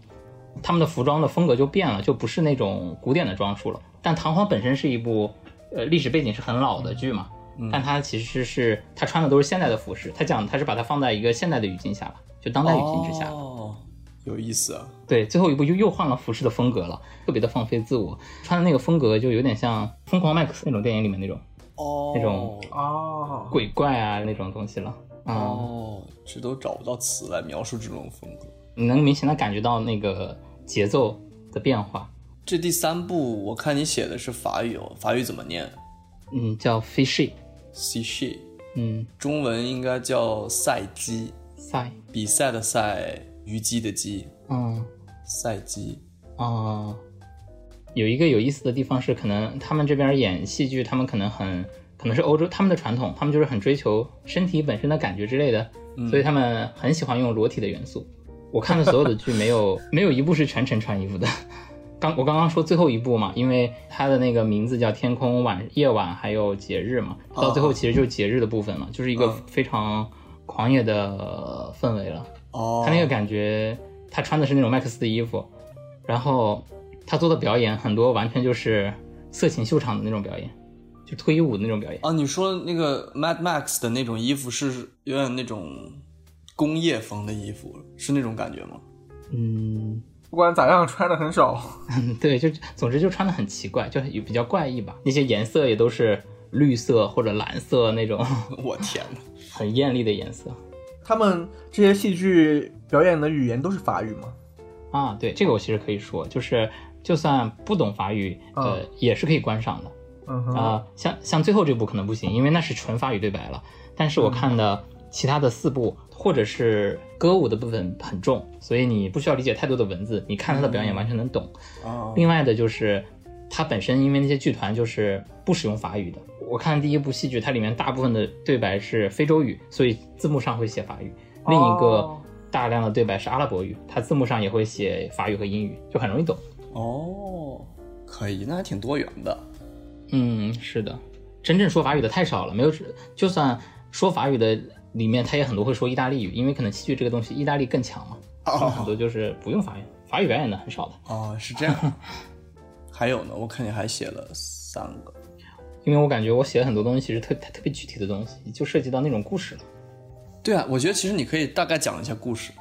S3: 他们的服装的风格就变了，就不是那种古典的装束了。但《唐璜》本身是一部呃历史背景是很老的剧嘛，但它其实是它穿的都是现代的服饰，它讲它是把它放在一个现代的语境下了，就当代语境之下。
S1: 哦，有意思啊！
S3: 对，最后一部又又换了服饰的风格了，特别的放飞自我，穿的那个风格就有点像《疯狂麦克斯》那种电影里面那种
S1: 哦，
S3: 那种
S2: 哦，
S3: 鬼怪啊那种东西了。嗯，
S1: 哦，这都找不到词来描述这种风格。
S3: 你能明显的感觉到那个节奏的变化。
S1: 这第三部我看你写的是法语哦，法语怎么念
S3: 嗯，叫 fishy。
S1: ？C she，
S3: 嗯，
S1: 中文应该叫赛鸡，
S3: 赛。
S1: 比赛的赛，虞姬的姬，
S3: 嗯
S1: 赛鸡。
S3: 啊、有一个有意思的地方是，可能他们这边演戏剧，他们可能很可能是欧洲他们的传统，他们就是很追求身体本身的感觉之类的，所以他们很喜欢用裸体的元素。我看的所有的剧没有 [LAUGHS] 没有一部是全程穿衣服的。刚我刚刚说最后一部嘛，因为它的那个名字叫《天空晚夜晚》，还有节日嘛，到最后其实就是节日的部分嘛，就是一个
S1: 嗯
S3: 非常狂野的氛围了。
S1: 哦，
S3: 他那个感觉，他穿的是那种麦克斯的衣服，然后他做的表演很多完全就是色情秀场的那种表演，就脱衣舞的那种表演。
S1: 啊，你说那个 Mad Max 的那种衣服是有点那种工业风的衣服，是那种感觉吗？
S3: 嗯，
S2: 不管咋样，穿的很少。
S3: 对，就总之就穿的很奇怪，就也比较怪异吧。那些颜色也都是绿色或者蓝色那种 [LAUGHS]
S1: 我天哪！
S3: 很艳丽的颜色
S2: 他们这些戏剧表演的语言都是法语吗？
S3: 啊。对，这个我其实可以说，就是就算不懂法语，呃，也是可以观赏的。
S2: 嗯哼，
S3: 啊、像像最后这部可能不行，因为那是纯法语对白了。但是
S2: 嗯
S3: 我看的其他的四部，或者是歌舞的部分很重，所以你不需要理解太多的文字，你看他的
S2: 嗯
S3: 表演完全能懂。 [LAUGHS]
S1: 啊，
S3: 另外的就是，它本身因为那些剧团就是不使用法语的。我看第一部戏剧，它里面大部分的对白是非洲语，所以字幕上会写法语；另一个
S2: 哦
S3: 大量的对白是阿拉伯语，它字幕上也会写法语和英语，就很容易懂。
S1: 哦，可以，那还挺多元的。
S3: 嗯，是的，真正说法语的太少了，没有，就算说法语的里面，他也很多会说意大利语，因为可能戏剧这个东西，意大利更强嘛，他们很多就是不用法语，法语表演的很少的，
S1: 哦，是这样。还有呢，我看你还写了三个。
S3: 因为我感觉我写了很多东西，其实特特别具体的东西，就涉及到那种故事了。
S1: 对啊，我觉得其实你可以大概讲一下故事。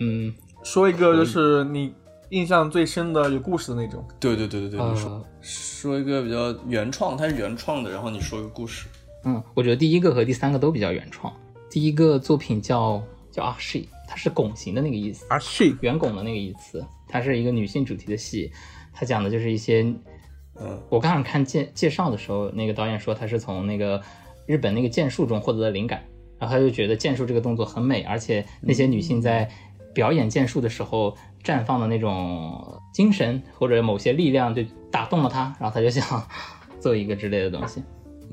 S3: 嗯，
S2: 说一个就是你印象最深的有故事的那种。
S1: 对对对对对，
S3: 呃
S1: 你说、说一个比较原创，它是原创的，然后你说一个故事。
S3: 嗯，我觉得第一个和第三个都比较原创。第一个作品叫叫啊 she，它是拱形的那个意思。
S2: 啊，she
S3: 圆拱的那个意思，它是一个女性主题的戏，它讲的就是一些，呃
S1: 嗯，
S3: 我刚刚看介介绍的时候，那个导演说他是从那个日本那个剑术中获得的灵感，然后他就觉得剑术这个动作很美，而且那些女性在表演剑术的时候绽放的那种精神或者某些力量就打动了他，然后他就想 [LAUGHS] 做一个之类的东西。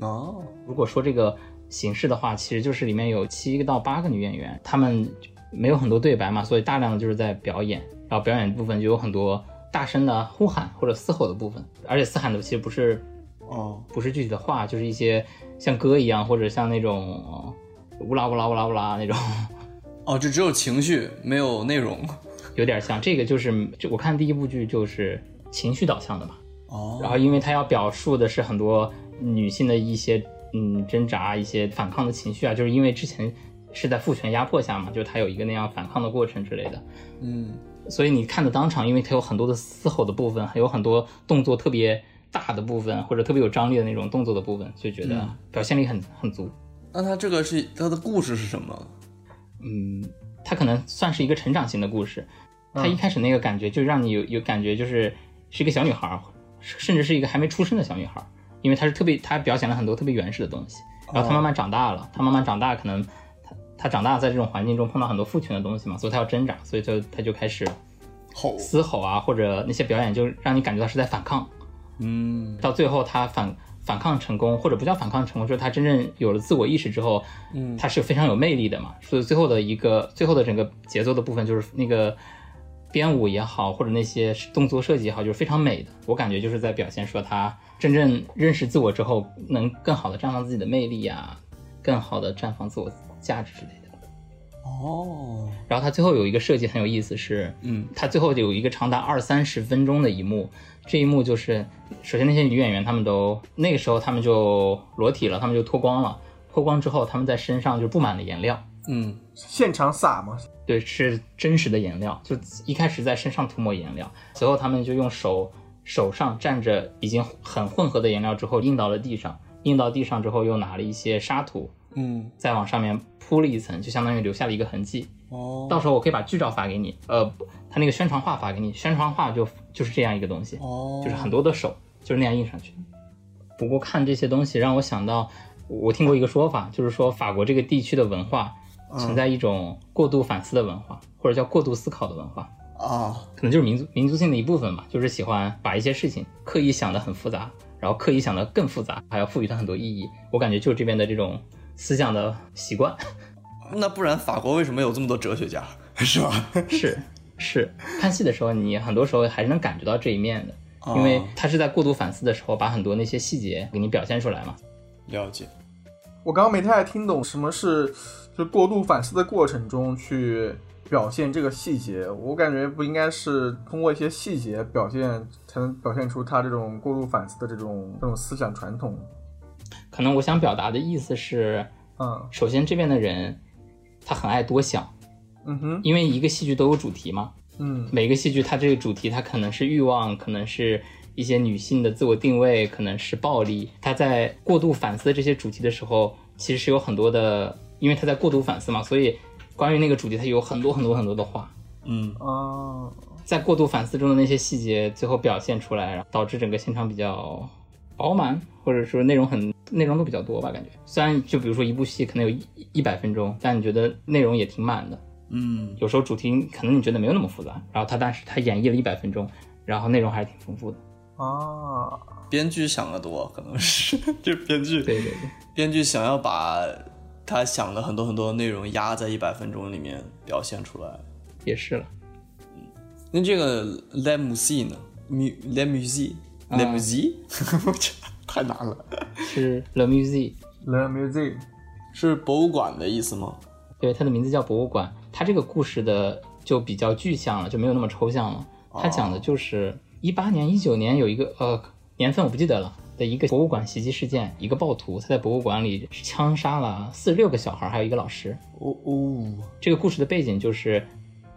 S1: 哦，
S3: 如果说这个形式的话，其实就是里面有七到八个女演员，她们没有很多对白嘛，所以大量的就是在表演，然后表演部分就有很多大声的呼喊或者嘶吼的部分，而且嘶喊的其实不是
S1: 哦，
S3: 不是具体的话，就是一些像歌一样或者像那种呃乌拉乌拉乌拉乌拉那种，
S1: 哦，就只有情绪，没有内容。
S3: 有点像这个就是就我看第一部剧就是情绪导向的嘛，然
S1: 哦，
S3: 后因为他要表述的是很多女性的一些嗯挣扎、一些反抗的情绪啊，就是因为之前是在父权压迫下嘛，就是他有一个那样反抗的过程之类的，
S1: 嗯，
S3: 所以你看的当场，因为它有很多的嘶吼的部分，还有很多动作特别大的部分，或者特别有张力的那种动作的部分，就觉得表现力很很足。
S1: 那它这个是它的故事是什么？
S3: 嗯，它可能算是一个成长型的故事。它一开始那个感觉就让你有有感觉，就是是一个小女孩儿，甚至是一个还没出生的小女孩儿，因为她是特别，她表现了很多特别原始的东西。然后她慢慢长大了，她慢慢长大，可能她她长大在这种环境中碰到很多父权的东西嘛，所以她要挣扎，所以就她就开始
S1: 吼，
S3: 嘶吼啊，或者那些表演就让你感觉到是在反抗。
S1: 嗯，
S3: 到最后他反反抗成功，或者不叫反抗成功，就是他真正有了自我意识之后，嗯，他是非常有魅力的嘛。所以最后的一个最后的整个节奏的部分，就是那个编舞也好，或者那些动作设计也好，就是非常美的。我感觉就是在表现说他真正认识自我之后，能更好的绽放自己的魅力啊，更好的绽放自我价值之类的。
S1: 哦，
S3: 然后他最后有一个设计很有意思是，
S1: 嗯
S3: 他最后有一个长达二三十分钟的一幕，这一幕就是，首先那些女演员她们都那个时候她们就裸体了，她们就脱光了，脱光之后她们在身上就布满了颜料，
S1: 嗯
S2: 现场撒嘛，
S3: 对，是真实的颜料，就一开始在身上涂抹颜料，随后她们就用手手上蘸着已经很混合的颜料之后印到了地上，印到地上之后又拿了一些沙土
S1: 嗯，
S3: 再往上面铺了一层，就相当于留下了一个痕迹。
S1: 哦
S3: 到时候我可以把剧照发给你，呃，不他那个宣传画发给你，宣传画就就是这样一个东西，
S1: 哦，
S3: 就是很多的手就是那样印上去。不过看这些东西让我想到，我听过一个说法，就是说法国这个地区的文化存在一种过度反思的文化，或者叫过度思考的文化，
S1: 啊，
S3: 可能就是民族民族性的一部分吧，就是喜欢把一些事情刻意想得很复杂，然后刻意想得更复杂，还要赋予它很多意义。我感觉就是这边的这种思想的习惯。
S1: 那不然法国为什么有这么多哲学家，是吧？
S3: [LAUGHS] 是是，看戏的时候，你很多时候还是能感觉到这一面的，因为
S1: 啊
S3: 他是在过度反思的时候，把很多那些细节给你表现出来嘛。
S1: 了解，
S2: 我刚刚没太听懂什么是，就过度反思的过程中去表现这个细节，我感觉不应该是通过一些细节表现才能表现出他这种过度反思的这种这种思想传统。
S3: 可能我想表达的意思是，
S2: 嗯
S3: 首先这边的人他很爱多想，
S2: 嗯哼
S3: 因为一个戏剧都有主题嘛，
S2: 嗯
S3: 每个戏剧它这个主题它可能是欲望，可能是。一些女性的自我定位可能是暴力，她在过度反思这些主题的时候，其实是有很多的，因为她在过度反思嘛，所以关于那个主题，她有很多很多很多的话。
S1: 嗯，
S2: 啊
S3: 在过度反思中的那些细节最后表现出来，然后导致整个现场比较饱满，或者说内容很内容都比较多吧，感觉。虽然就比如说一部戏可能有一一百分钟，但你觉得内容也挺满的。
S1: 嗯，
S3: 有时候主题可能你觉得没有那么复杂，然后他但是他演绎了一百分钟，然后内容还是挺丰富的。
S2: 啊，
S1: 编剧想的多，可能是这编剧
S3: 对对对，
S1: 编剧想要把他想的很多很多的内容压在一百分钟里面表现出来。
S3: 也是了。
S1: 那这个 La Musique 呢？Mu La Musique，La
S3: 啊
S1: Musique，、太 [LAUGHS] 难了，
S3: 是 The Music，
S2: learn music
S1: 是博物馆的意思吗？
S3: 对，它的名字叫博物馆。它这个故事的就比较具象了，就没有那么抽象了。它讲的就是一八年、一九年有一个呃年份我不记得了的一个博物馆袭击事件，一个暴徒他在博物馆里枪杀了四十六个小孩，还有一个老师。
S1: 哦哦，
S3: 这个故事的背景就是，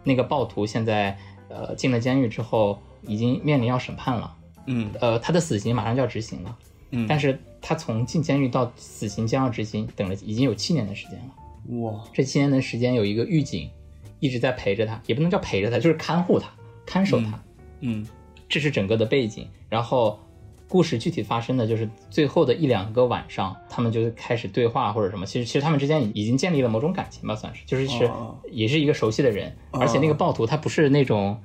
S3: 那个暴徒现在呃进了监狱之后，已经面临要审判了，
S1: 嗯
S3: 呃他的死刑马上就要执行了，
S1: 嗯
S3: 但是他从进监狱到死刑将要执行，等了已经有七年的时间了。
S1: 哇，
S3: 这七年的时间有一个狱警一直在陪着他，也不能叫陪着他，就是看护他、看守他。
S1: 嗯
S3: 这是整个的背景。然后故事具体发生的就是最后的一两个晚上，他们就开始对话或者什么。其实其实他们之间已经建立了某种感情吧，算是就是是、
S1: 哦
S3: 也是一个熟悉的人，
S1: 哦
S3: 而且那个暴徒他不是那种。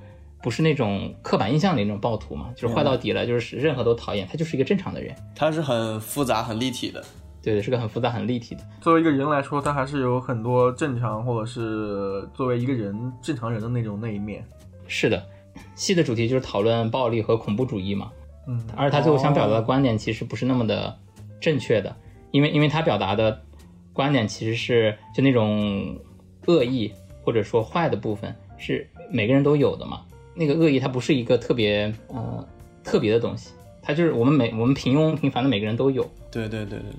S3: 不是那种刻板印象里那种暴徒嘛，就是坏到底了，就是任何都讨厌，他就是一个正常的人，
S1: 它是很复杂、很立体的。
S3: 对，是个很复杂、很立体的。
S2: 作为一个人来说，他还是有很多正常或者是作为一个人正常人的那种那一面。
S3: 是的，戏的主题就是讨论暴力和恐怖主义嘛，
S2: 嗯
S3: 而他最后想表达的观点其实不是那么的正确的，因为因为他表达的观点其实是就那种恶意或者说坏的部分是每个人都有的嘛。那个恶意它不是一个特别呃特别的东西，它就是我们每我们平庸平凡的每个人都有
S1: 对对对对对，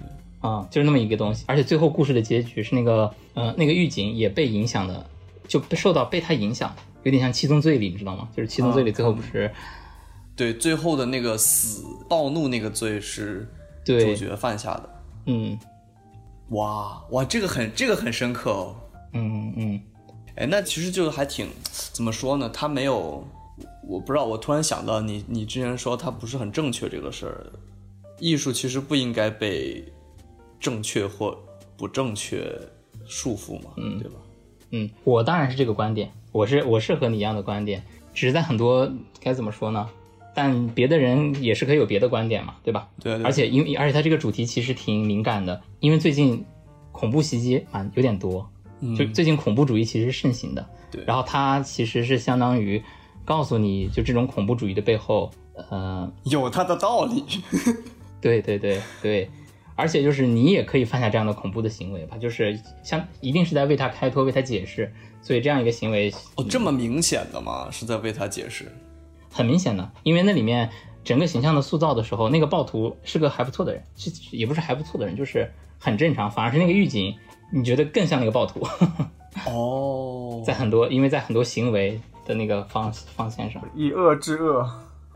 S3: 啊、就是那么一个东西。而且最后故事的结局是那个呃那个狱警也被影响的，就被受到被他影响，有点像《七宗罪》里你知道吗？就是《七宗罪》里最后不是、
S1: 对，最后的那个死暴怒那个罪是主
S3: 对
S1: 角犯下的。
S3: 嗯
S1: 哇哇，这个很这个很深刻哦。
S3: 嗯嗯
S1: 哎，那其实就还挺怎么说呢？他没有，我不知道。我突然想到你，你之前说他不是很正确这个事儿，艺术其实不应该被正确或不正确束缚嘛，嗯、对吧？
S3: 嗯，我当然是这个观点，我是我是和你一样的观点，只是在很多该怎么说呢？但别的人也是可以有别的观点嘛，对吧？
S1: 对对啊
S3: 而且因啊为而且它这个主题其实挺敏感的，因为最近恐怖袭击蛮有点多，就最近恐怖主义其实是盛行的，
S1: 嗯对
S3: 然后它其实是相当于告诉你就这种恐怖主义的背后，呃，
S1: 有它的道理。
S3: 嗯对对对对，而且就是你也可以犯下这样的恐怖的行为吧，就是像一定是在为他开脱，为他解释，所以这样一个行为
S1: 哦，这么明显的吗？是在为他解释？
S3: 很明显的，因为那里面整个形象的塑造的时候，那个暴徒是个还不错的人，是也不是还不错的人，就是很正常，反而是那个狱警，你觉得更像那个暴徒， [LAUGHS]
S1: 哦，
S3: 在很多因为在很多行为的那个方方向上，
S2: 以恶制恶，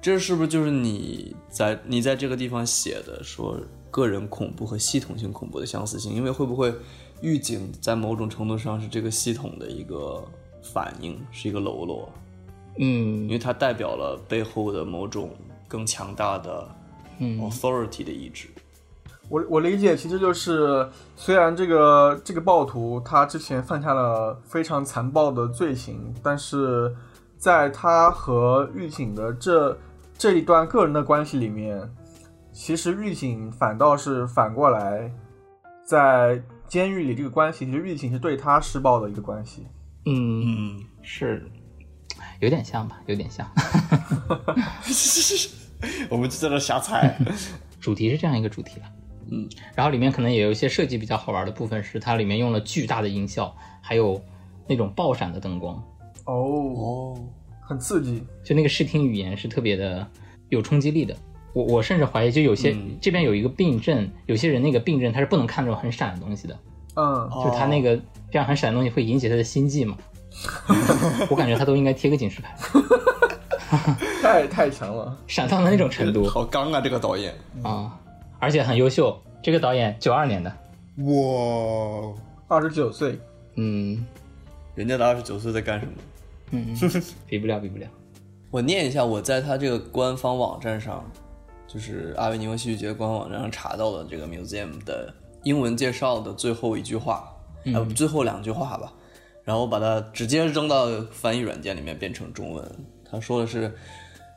S1: 这是不是就是你在你在这个地方写的说个人恐怖和系统性恐怖的相似性？因为会不会预警在某种程度上是这个系统的一个反应，是一个喽啰？
S3: 嗯
S1: 因为它代表了背后的某种更强大的哦
S3: 嗯
S1: authority 的意志。
S2: 我我理解，其实就是虽然这个这个暴徒他之前犯下了非常残暴的罪行，但是在他和狱警的这这一段个人的关系里面，其实狱警反倒是反过来，在监狱里这个关系，其实狱警是对他施暴的一个关系。
S3: 嗯
S1: 嗯，
S3: 是有点像吧，有点像。 [LAUGHS]
S1: 我们就在这瞎 [LAUGHS] 猜。
S3: 主题是这样一个主题了。
S1: 嗯，
S3: 然后里面可能也有一些设计比较好玩的部分，是它里面用了巨大的音效，还有那种爆闪的灯光，
S2: 哦，
S1: 哦，
S2: 很刺激。
S3: 就那个视听语言是特别的有冲击力的。我我甚至怀疑，就有些、
S1: 嗯
S3: 这边有一个病症，有些人那个病症他是不能看那种很闪的东西的，
S2: 嗯，
S1: 哦
S3: 就是他那个这样很闪的东西会引起他的
S1: [LAUGHS]
S3: 心悸嘛。我感觉他都应该贴个警示牌，
S2: 太太强了。
S3: 闪到了那种程度
S1: 好刚啊，这个导演。
S3: 啊、而且很优秀。这个导演九二年的，
S1: 哇，
S2: 二十九岁，
S3: 嗯
S1: 人家的二十九岁在干什么？
S3: 嗯，比不了，比不了。
S1: 我念一下，我在他这个官方网站上，就是阿维尼翁戏剧节官网站上查到的这个 museum 的英文介绍的最后一句话，呃，最后两句话吧，然后把它直接扔到翻译软件里面变成中文。他说的是，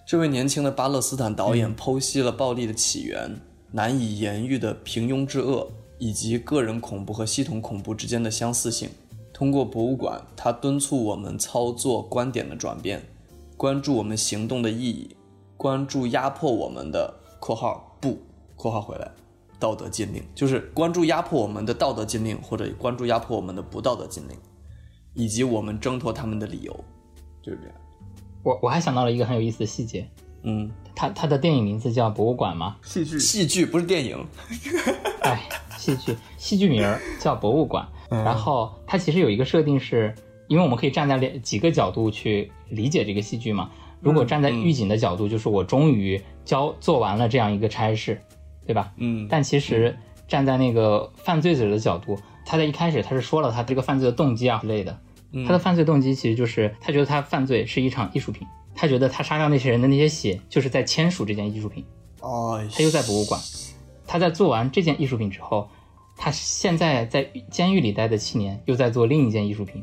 S1: 这位年轻的巴勒斯坦导演剖析了暴力的起源、难以言喻的平庸之恶，以及个人恐怖和系统恐怖之间的相似性。通过博物馆，他敦促我们操作观点的转变，关注我们行动的意义，关注压迫我们的（括号不）（括号回来）道德禁令，就是关注压迫我们的道德禁令，或者关注压迫我们的不道德禁令，以及我们挣脱他们的理由，就是这样。
S3: 我我还想到了一个很有意思的细节，
S1: 嗯，
S3: 它它的电影名字叫《博物馆》嘛，
S2: 戏剧
S1: 戏剧不是电影。
S3: 哎，戏剧戏剧名儿叫《博物馆》，
S1: 嗯
S3: 然后它其实有一个设定是，因为我们可以站在两几个角度去理解这个戏剧嘛。如
S1: 嗯
S3: 果站在狱警的角度，就是我终于交做完了这样一个差事，对吧？
S1: 嗯，
S3: 但其实站在那个犯罪者的角度，他在一开始他是说了他这个犯罪的动机啊之类的，
S1: 嗯
S3: 他的犯罪动机其实就是他觉得他犯罪是一场艺术品，他觉得他杀掉那些人的那些血就是在签署这件艺术品，
S1: 哎，
S3: 他又在博物馆，他在做完这件艺术品之后，他现在在监狱里待的七年，又在做另一件艺术品，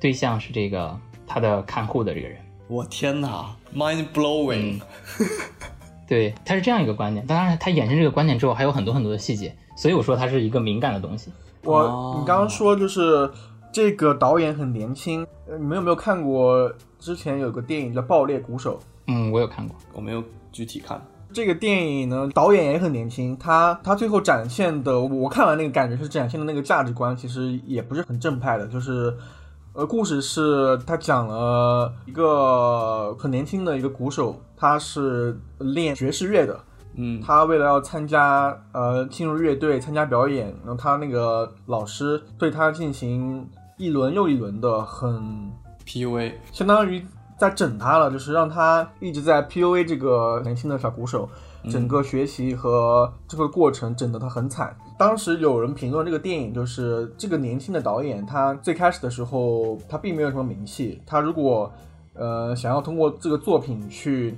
S3: 对象是这个他的看护的这个人。
S1: 我天哪，mind blowing！、
S3: 对，它是这样一个观点。当然，它衍生这个观点之后，还有很多很多的细节，所以我说它是一个敏感的东西。
S2: 我、
S1: 哦
S2: 你刚刚说就是这个导演很年轻，呃，你们有没有看过之前有个电影叫《爆裂鼓手
S3: 嗯，我有看过。
S1: 我没有具体看。》？
S2: 这个电影呢，导演也很年轻，他他最后展现的，我看完那个感觉是展现的那个价值观，其实也不是很正派的，就是。呃，故事是他讲了一个很年轻的一个鼓手，他是练爵士乐的，
S1: 嗯
S2: 他为了要参加呃进入乐队参加表演，然后他那个老师对他进行一轮又一轮的很
S1: ，PUA，
S2: 相当于在整他了，就是让他一直在 PUA 这个年轻的小鼓手，整个学习和这个过程整得他很惨。当时有人评论这个电影，就是这个年轻的导演，他最开始的时候他并没有什么名气，他如果呃想要通过这个作品去。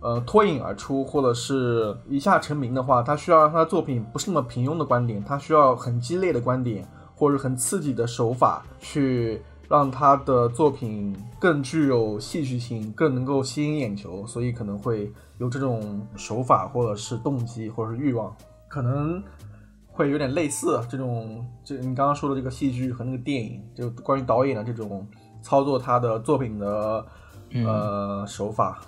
S2: 呃，脱颖而出或者是一下成名的话，他需要让他的作品不是那么平庸的观点，他需要很激烈的观点，或者很刺激的手法去让他的作品更具有戏剧性，更能够吸引眼球，所以可能会有这种手法，或者是动机，或者是欲望，可能会有点类似这种，这你刚刚说的这个戏剧和那个电影，就关于导演的这种操作他的作品的呃手法，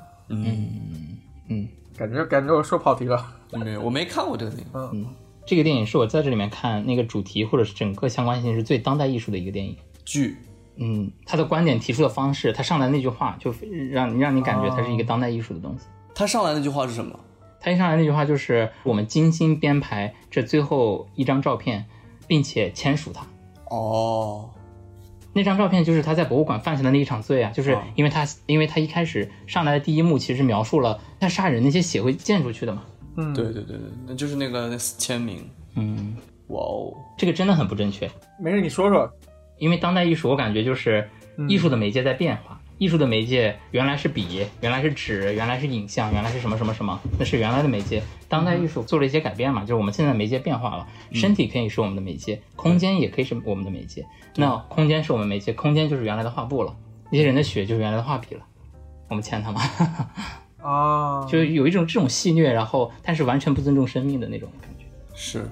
S3: 嗯嗯，
S2: 感觉感觉我说跑题了。嗯
S1: 没有，我没看过这个电影。
S3: 嗯这个电影是我在这里面看那个主题或者是整个相关性是最当代艺术的一个电影。
S1: 剧
S3: 嗯，他的观点提出的方式，他上来那句话就让让你感觉它是一个当代艺术的东西。
S1: 他上来那句话是什么？
S3: 他一上来那句话就是我们精心编排这最后一张照片，并且签署它。
S1: 哦，
S3: 那张照片就是他在博物馆犯下的那一场罪啊，就是
S1: 啊
S3: 因为他，因为他一开始上来的第一幕其实描述了他杀人那些血会溅出去的嘛。
S2: 嗯，
S1: 对，对对对，那就是那个那签名。
S3: 嗯，
S1: 哇哦，
S3: 这个真的很不正确，
S2: 没事，你说说。
S3: 因为当代艺术我感觉就是艺术的媒介在变化，艺术的媒介原来是笔，原来是纸，原来是影像，原来是什么什么什么，那是原来的媒介。当代艺术做了一些改变嘛，就是我们现在媒介变化了，身体可以是我们的媒介，空间也可以是我们的媒介。那空间是我们媒介，空间就是原来的画布了，那些人的血就是原来的画笔了，我们 [LAUGHS] 欠他吗？
S2: 啊，
S3: 就是有一种这种戏谑，然后但是完全不尊重生命的那种感觉。
S1: 是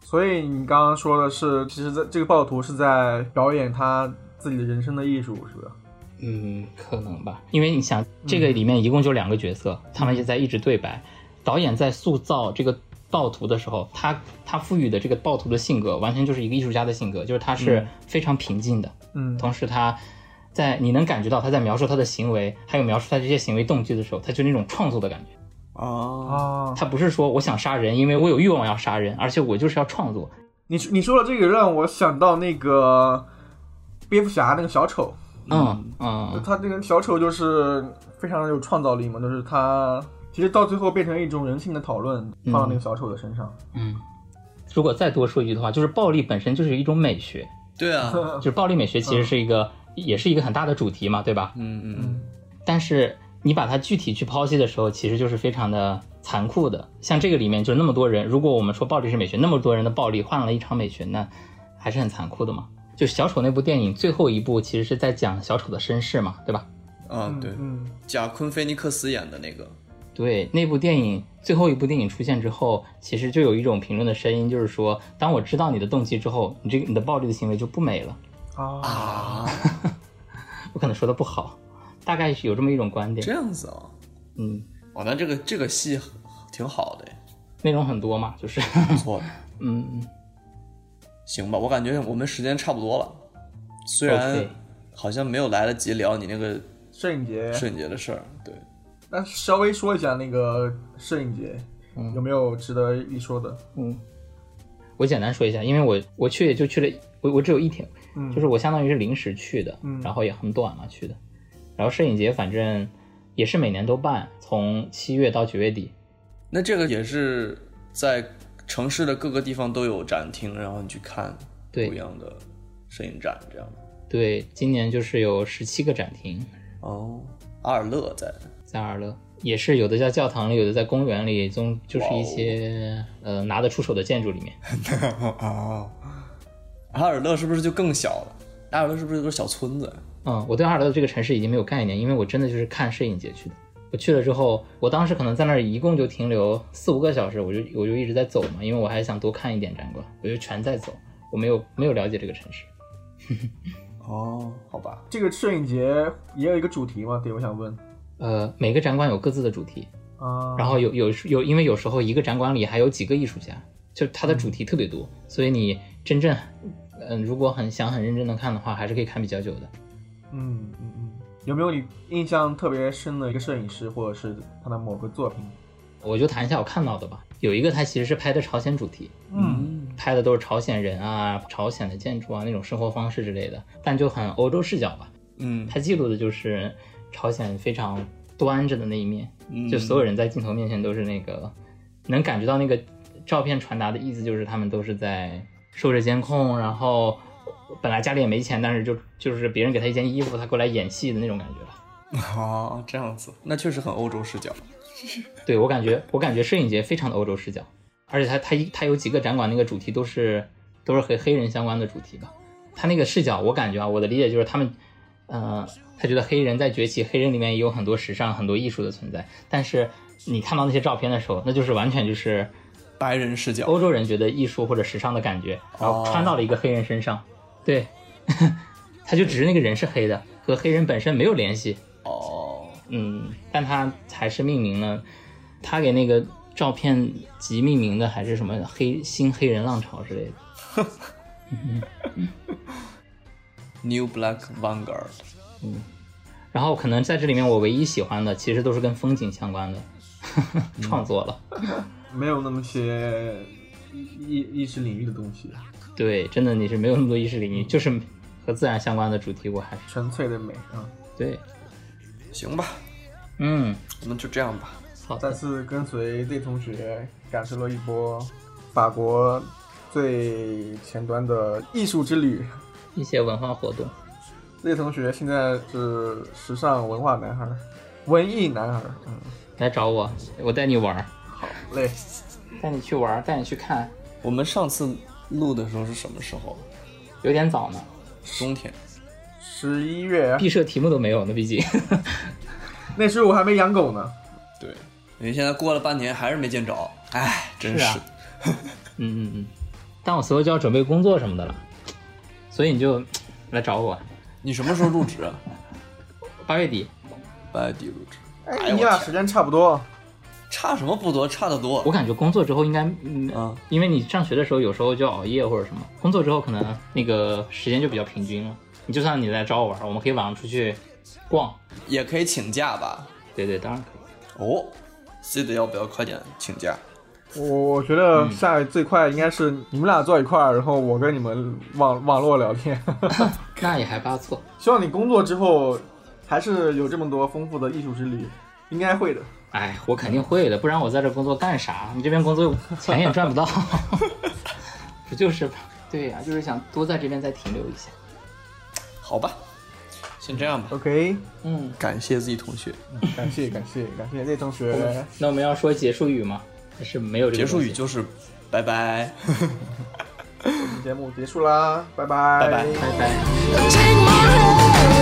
S2: 所以你刚刚说的是，其实在这个暴徒是在表演他自己的人生的艺术，是不是？
S3: 嗯，可能吧，因为你想，这个里面一共就两个角色，他们也在一直对白。导演在塑造这个暴徒的时候，他他赋予的这个暴徒的性格，完全就是一个艺术家的性格，就是他是非常平静的，
S2: 嗯，
S3: 同时他在你能感觉到他在描述他的行为，还有描述他这些行为动机的时候，他就那种创作的感觉。
S1: 啊，
S2: 啊，
S3: 他不是说我想杀人，因为我有欲望要杀人，而且我就是要创作。
S2: 你你说的这个让我想到那个蝙蝠侠那个小丑，
S3: 嗯嗯
S2: 他这个小丑就是非常有创造力嘛，就是他其实到最后变成一种人性的讨论，放到那个小丑的身上。
S3: 嗯。如果再多说一句的话，就是暴力本身就是一种美学，
S1: 对啊，
S3: 就是暴力美学其实是一个，也是一个很大的主题嘛，对吧？
S1: 嗯嗯嗯，
S2: [LAUGHS] 嗯
S3: 但是你把它具体去剖析的时候，其实就是非常的残酷的。像这个里面就那么多人，如果我们说暴力是美学，那么多人的暴力换了一场美学，那还是很残酷的嘛。就小丑那部电影最后一部其实是在讲小丑的身世嘛，对吧？
S1: 啊对，
S2: 嗯，
S1: 贾昆菲尼克斯演的那个，
S3: 对，那部电影最后一部电影出现之后，其实就有一种评论的声音，就是说，当我知道你的动机之后，你这个你的暴力的行为就不美了。
S2: 啊，
S1: 啊，
S3: 我可能说的不好，大概是有这么一种观
S1: 这
S3: 点。
S1: 样子啊，
S3: 嗯，
S1: 哇，那这个这个戏挺好的，
S3: 内容很多嘛，
S2: [LAUGHS]
S3: 就是，
S1: 不错的。
S3: 嗯，
S1: 行吧，我感觉我们时间差不多了，虽然
S3: OK
S1: 好像没有来得及聊你那个
S2: 摄影节，
S1: 瞬节的事儿，对，
S2: 那稍微说一下那个摄影节。
S3: 嗯
S2: 有没有值得一说的？
S3: 我简单说一下，因为我我去也就去了，我我只有一天，
S2: 嗯
S3: 就是我相当于是临时去的，
S2: 嗯
S3: 然后也很短嘛去的，然后摄影节反正也是每年都办，从七月到九月底，
S1: 那这个也是在城市的各个地方都有展厅，然后你去看不
S3: 对
S1: 一样的摄影展，这样
S3: 对，今年就是有十七个展厅
S1: 哦，阿尔勒在，
S3: 在二乐，也是有的在教堂里，有的在公园里，总就是
S1: 哇哦
S3: 一些、
S2: 哦
S3: 呃拿得出手的建筑里面，
S1: 哦，阿尔勒是不是就更小了？阿尔勒是不是有个小村子？
S3: 嗯，我对阿尔勒这个城市已经没有概念，因为我真的就是看摄影节去的。我去了之后，我当时可能在那儿一共就停留四五个小时，我就我就一直在走嘛，因为我还想多看一点展馆，我就全在走，我没有没有了解这个城市。
S1: 哦，好吧，
S2: 这个摄影节也有一个主题吗？对，我想问
S3: 呃，每个展馆有各自的主题，
S2: 啊。
S3: 然后有有有，因为有时候一个展馆里还有几个艺术家，就它的主题特别多，所以你真正嗯、如果很想很认真的看的话，还是可以看比较久的。
S2: 嗯嗯嗯，有没有你印象特别深的一个摄影师，或者是他的某个作品？
S3: 我就谈一下我看到的吧，有一个它其实是拍的朝鲜主题，
S2: 嗯
S3: 拍的都是朝鲜人啊、朝鲜的建筑啊那种生活方式之类的，但就很欧洲视角吧。
S1: 嗯，
S3: 它记录的就是朝鲜非常端着的那一面，就所有人在镜头面前都是那个，能感觉到那个照片传达的意思就是他们都是在受着监控，然后本来家里也没钱，但是就就是别人给他一件衣服，他过来演戏的那种感觉吧。
S1: 哦，这样子，那确实很欧洲视角。
S3: 对我感觉，我感觉摄影节非常的欧洲视角，而且它它一它有几个展馆那个主题都是都是和黑人相关的主题吧。它那个视角，我感觉啊，我的理解就是他们，呃，他觉得黑人在崛起，黑人里面也有很多时尚、很多艺术的存在。但是你看到那些照片的时候，那就是完全就是
S1: 白人视角，
S3: 欧洲人觉得艺术或者时尚的感觉，然后穿到了一个黑人身上，对， [LAUGHS] 他就只是那个人是黑的，和黑人本身没有联系，
S1: 哦，
S3: 嗯，但他还是命名了，他给那个照片集命名的还是什么黑新黑人浪潮之类的，
S1: New Black Vanguard，
S3: 然后可能在这里面我唯一喜欢的其实都是跟风景相关的 [LAUGHS] 创作了，
S2: 没有那么些意意识领域的东西，
S3: 对，真的你是没有那么多意识领域，就是和自然相关的主题，我还是
S2: 纯粹的美啊。
S3: 对，
S1: 行吧，
S3: 嗯，
S1: 我们就这样吧。
S3: 好
S2: 再
S3: 的，
S2: 次跟随 Z 同学感受了一波法国最前端的艺术之旅。
S3: 一些文化活动，
S2: Z 同学现在是时尚文化男孩，文艺男孩。嗯，
S3: 来找我，我带你玩儿，
S2: 好嘞，
S3: 带你去玩儿，带你去看，
S1: 我们上次录的时候是什么时候？
S3: 有点早呢，
S1: 冬天。
S2: 十一月啊
S3: 毕设题目都没有呢，毕竟。
S2: 那时候我还没养狗呢。
S1: 对，因为现在过了半年还是没见着，哎，真
S3: 是啊嗯嗯嗯，但我随后就要准备工作什么的了，所以你就来找我，
S1: 你什么时候入职啊？ [LAUGHS]
S3: 八月底，
S1: 八月底入职。哎
S2: 哎，
S1: 呦
S2: 你
S1: 我
S2: 俩
S1: 天
S2: 时间差不多。
S1: 差什么不多，差得多
S3: 我。感觉工作之后应该，嗯，
S1: 嗯，
S3: 因为你上学的时候有时候就要熬夜或者什么，工作之后可能那个时间就比较平均了。你就算你来找我玩，我们可以晚上出去逛，
S1: 也可以请假吧？
S3: 对对，当然可以。
S1: 哦，记得要不要快点请假？
S2: 我我觉得下最快应该是你们俩坐一块儿，然后我跟你们网网络聊天。 [LAUGHS]
S3: 那也还不错，
S2: 希望你工作之后还是有这么多丰富的艺术之旅，应该会的。
S3: 哎，我肯定会的，不然我在这工作干啥？你这边工作钱也赚不到， [LAUGHS] 不就是吗？对呀、就是想多在这边再停留一下。
S1: 好吧，先这样吧。
S2: OK，
S3: 嗯，
S1: 感谢 Z 同学，
S2: 感谢感谢感谢这同学，
S3: 那我们要说结束语吗？还是没有这个
S1: 结束
S3: 东
S1: 语
S3: 西
S1: 就是拜 [LAUGHS] 拜。
S2: 节目结束啦，拜拜
S1: 拜拜
S3: 拜拜。
S4: Take my hand.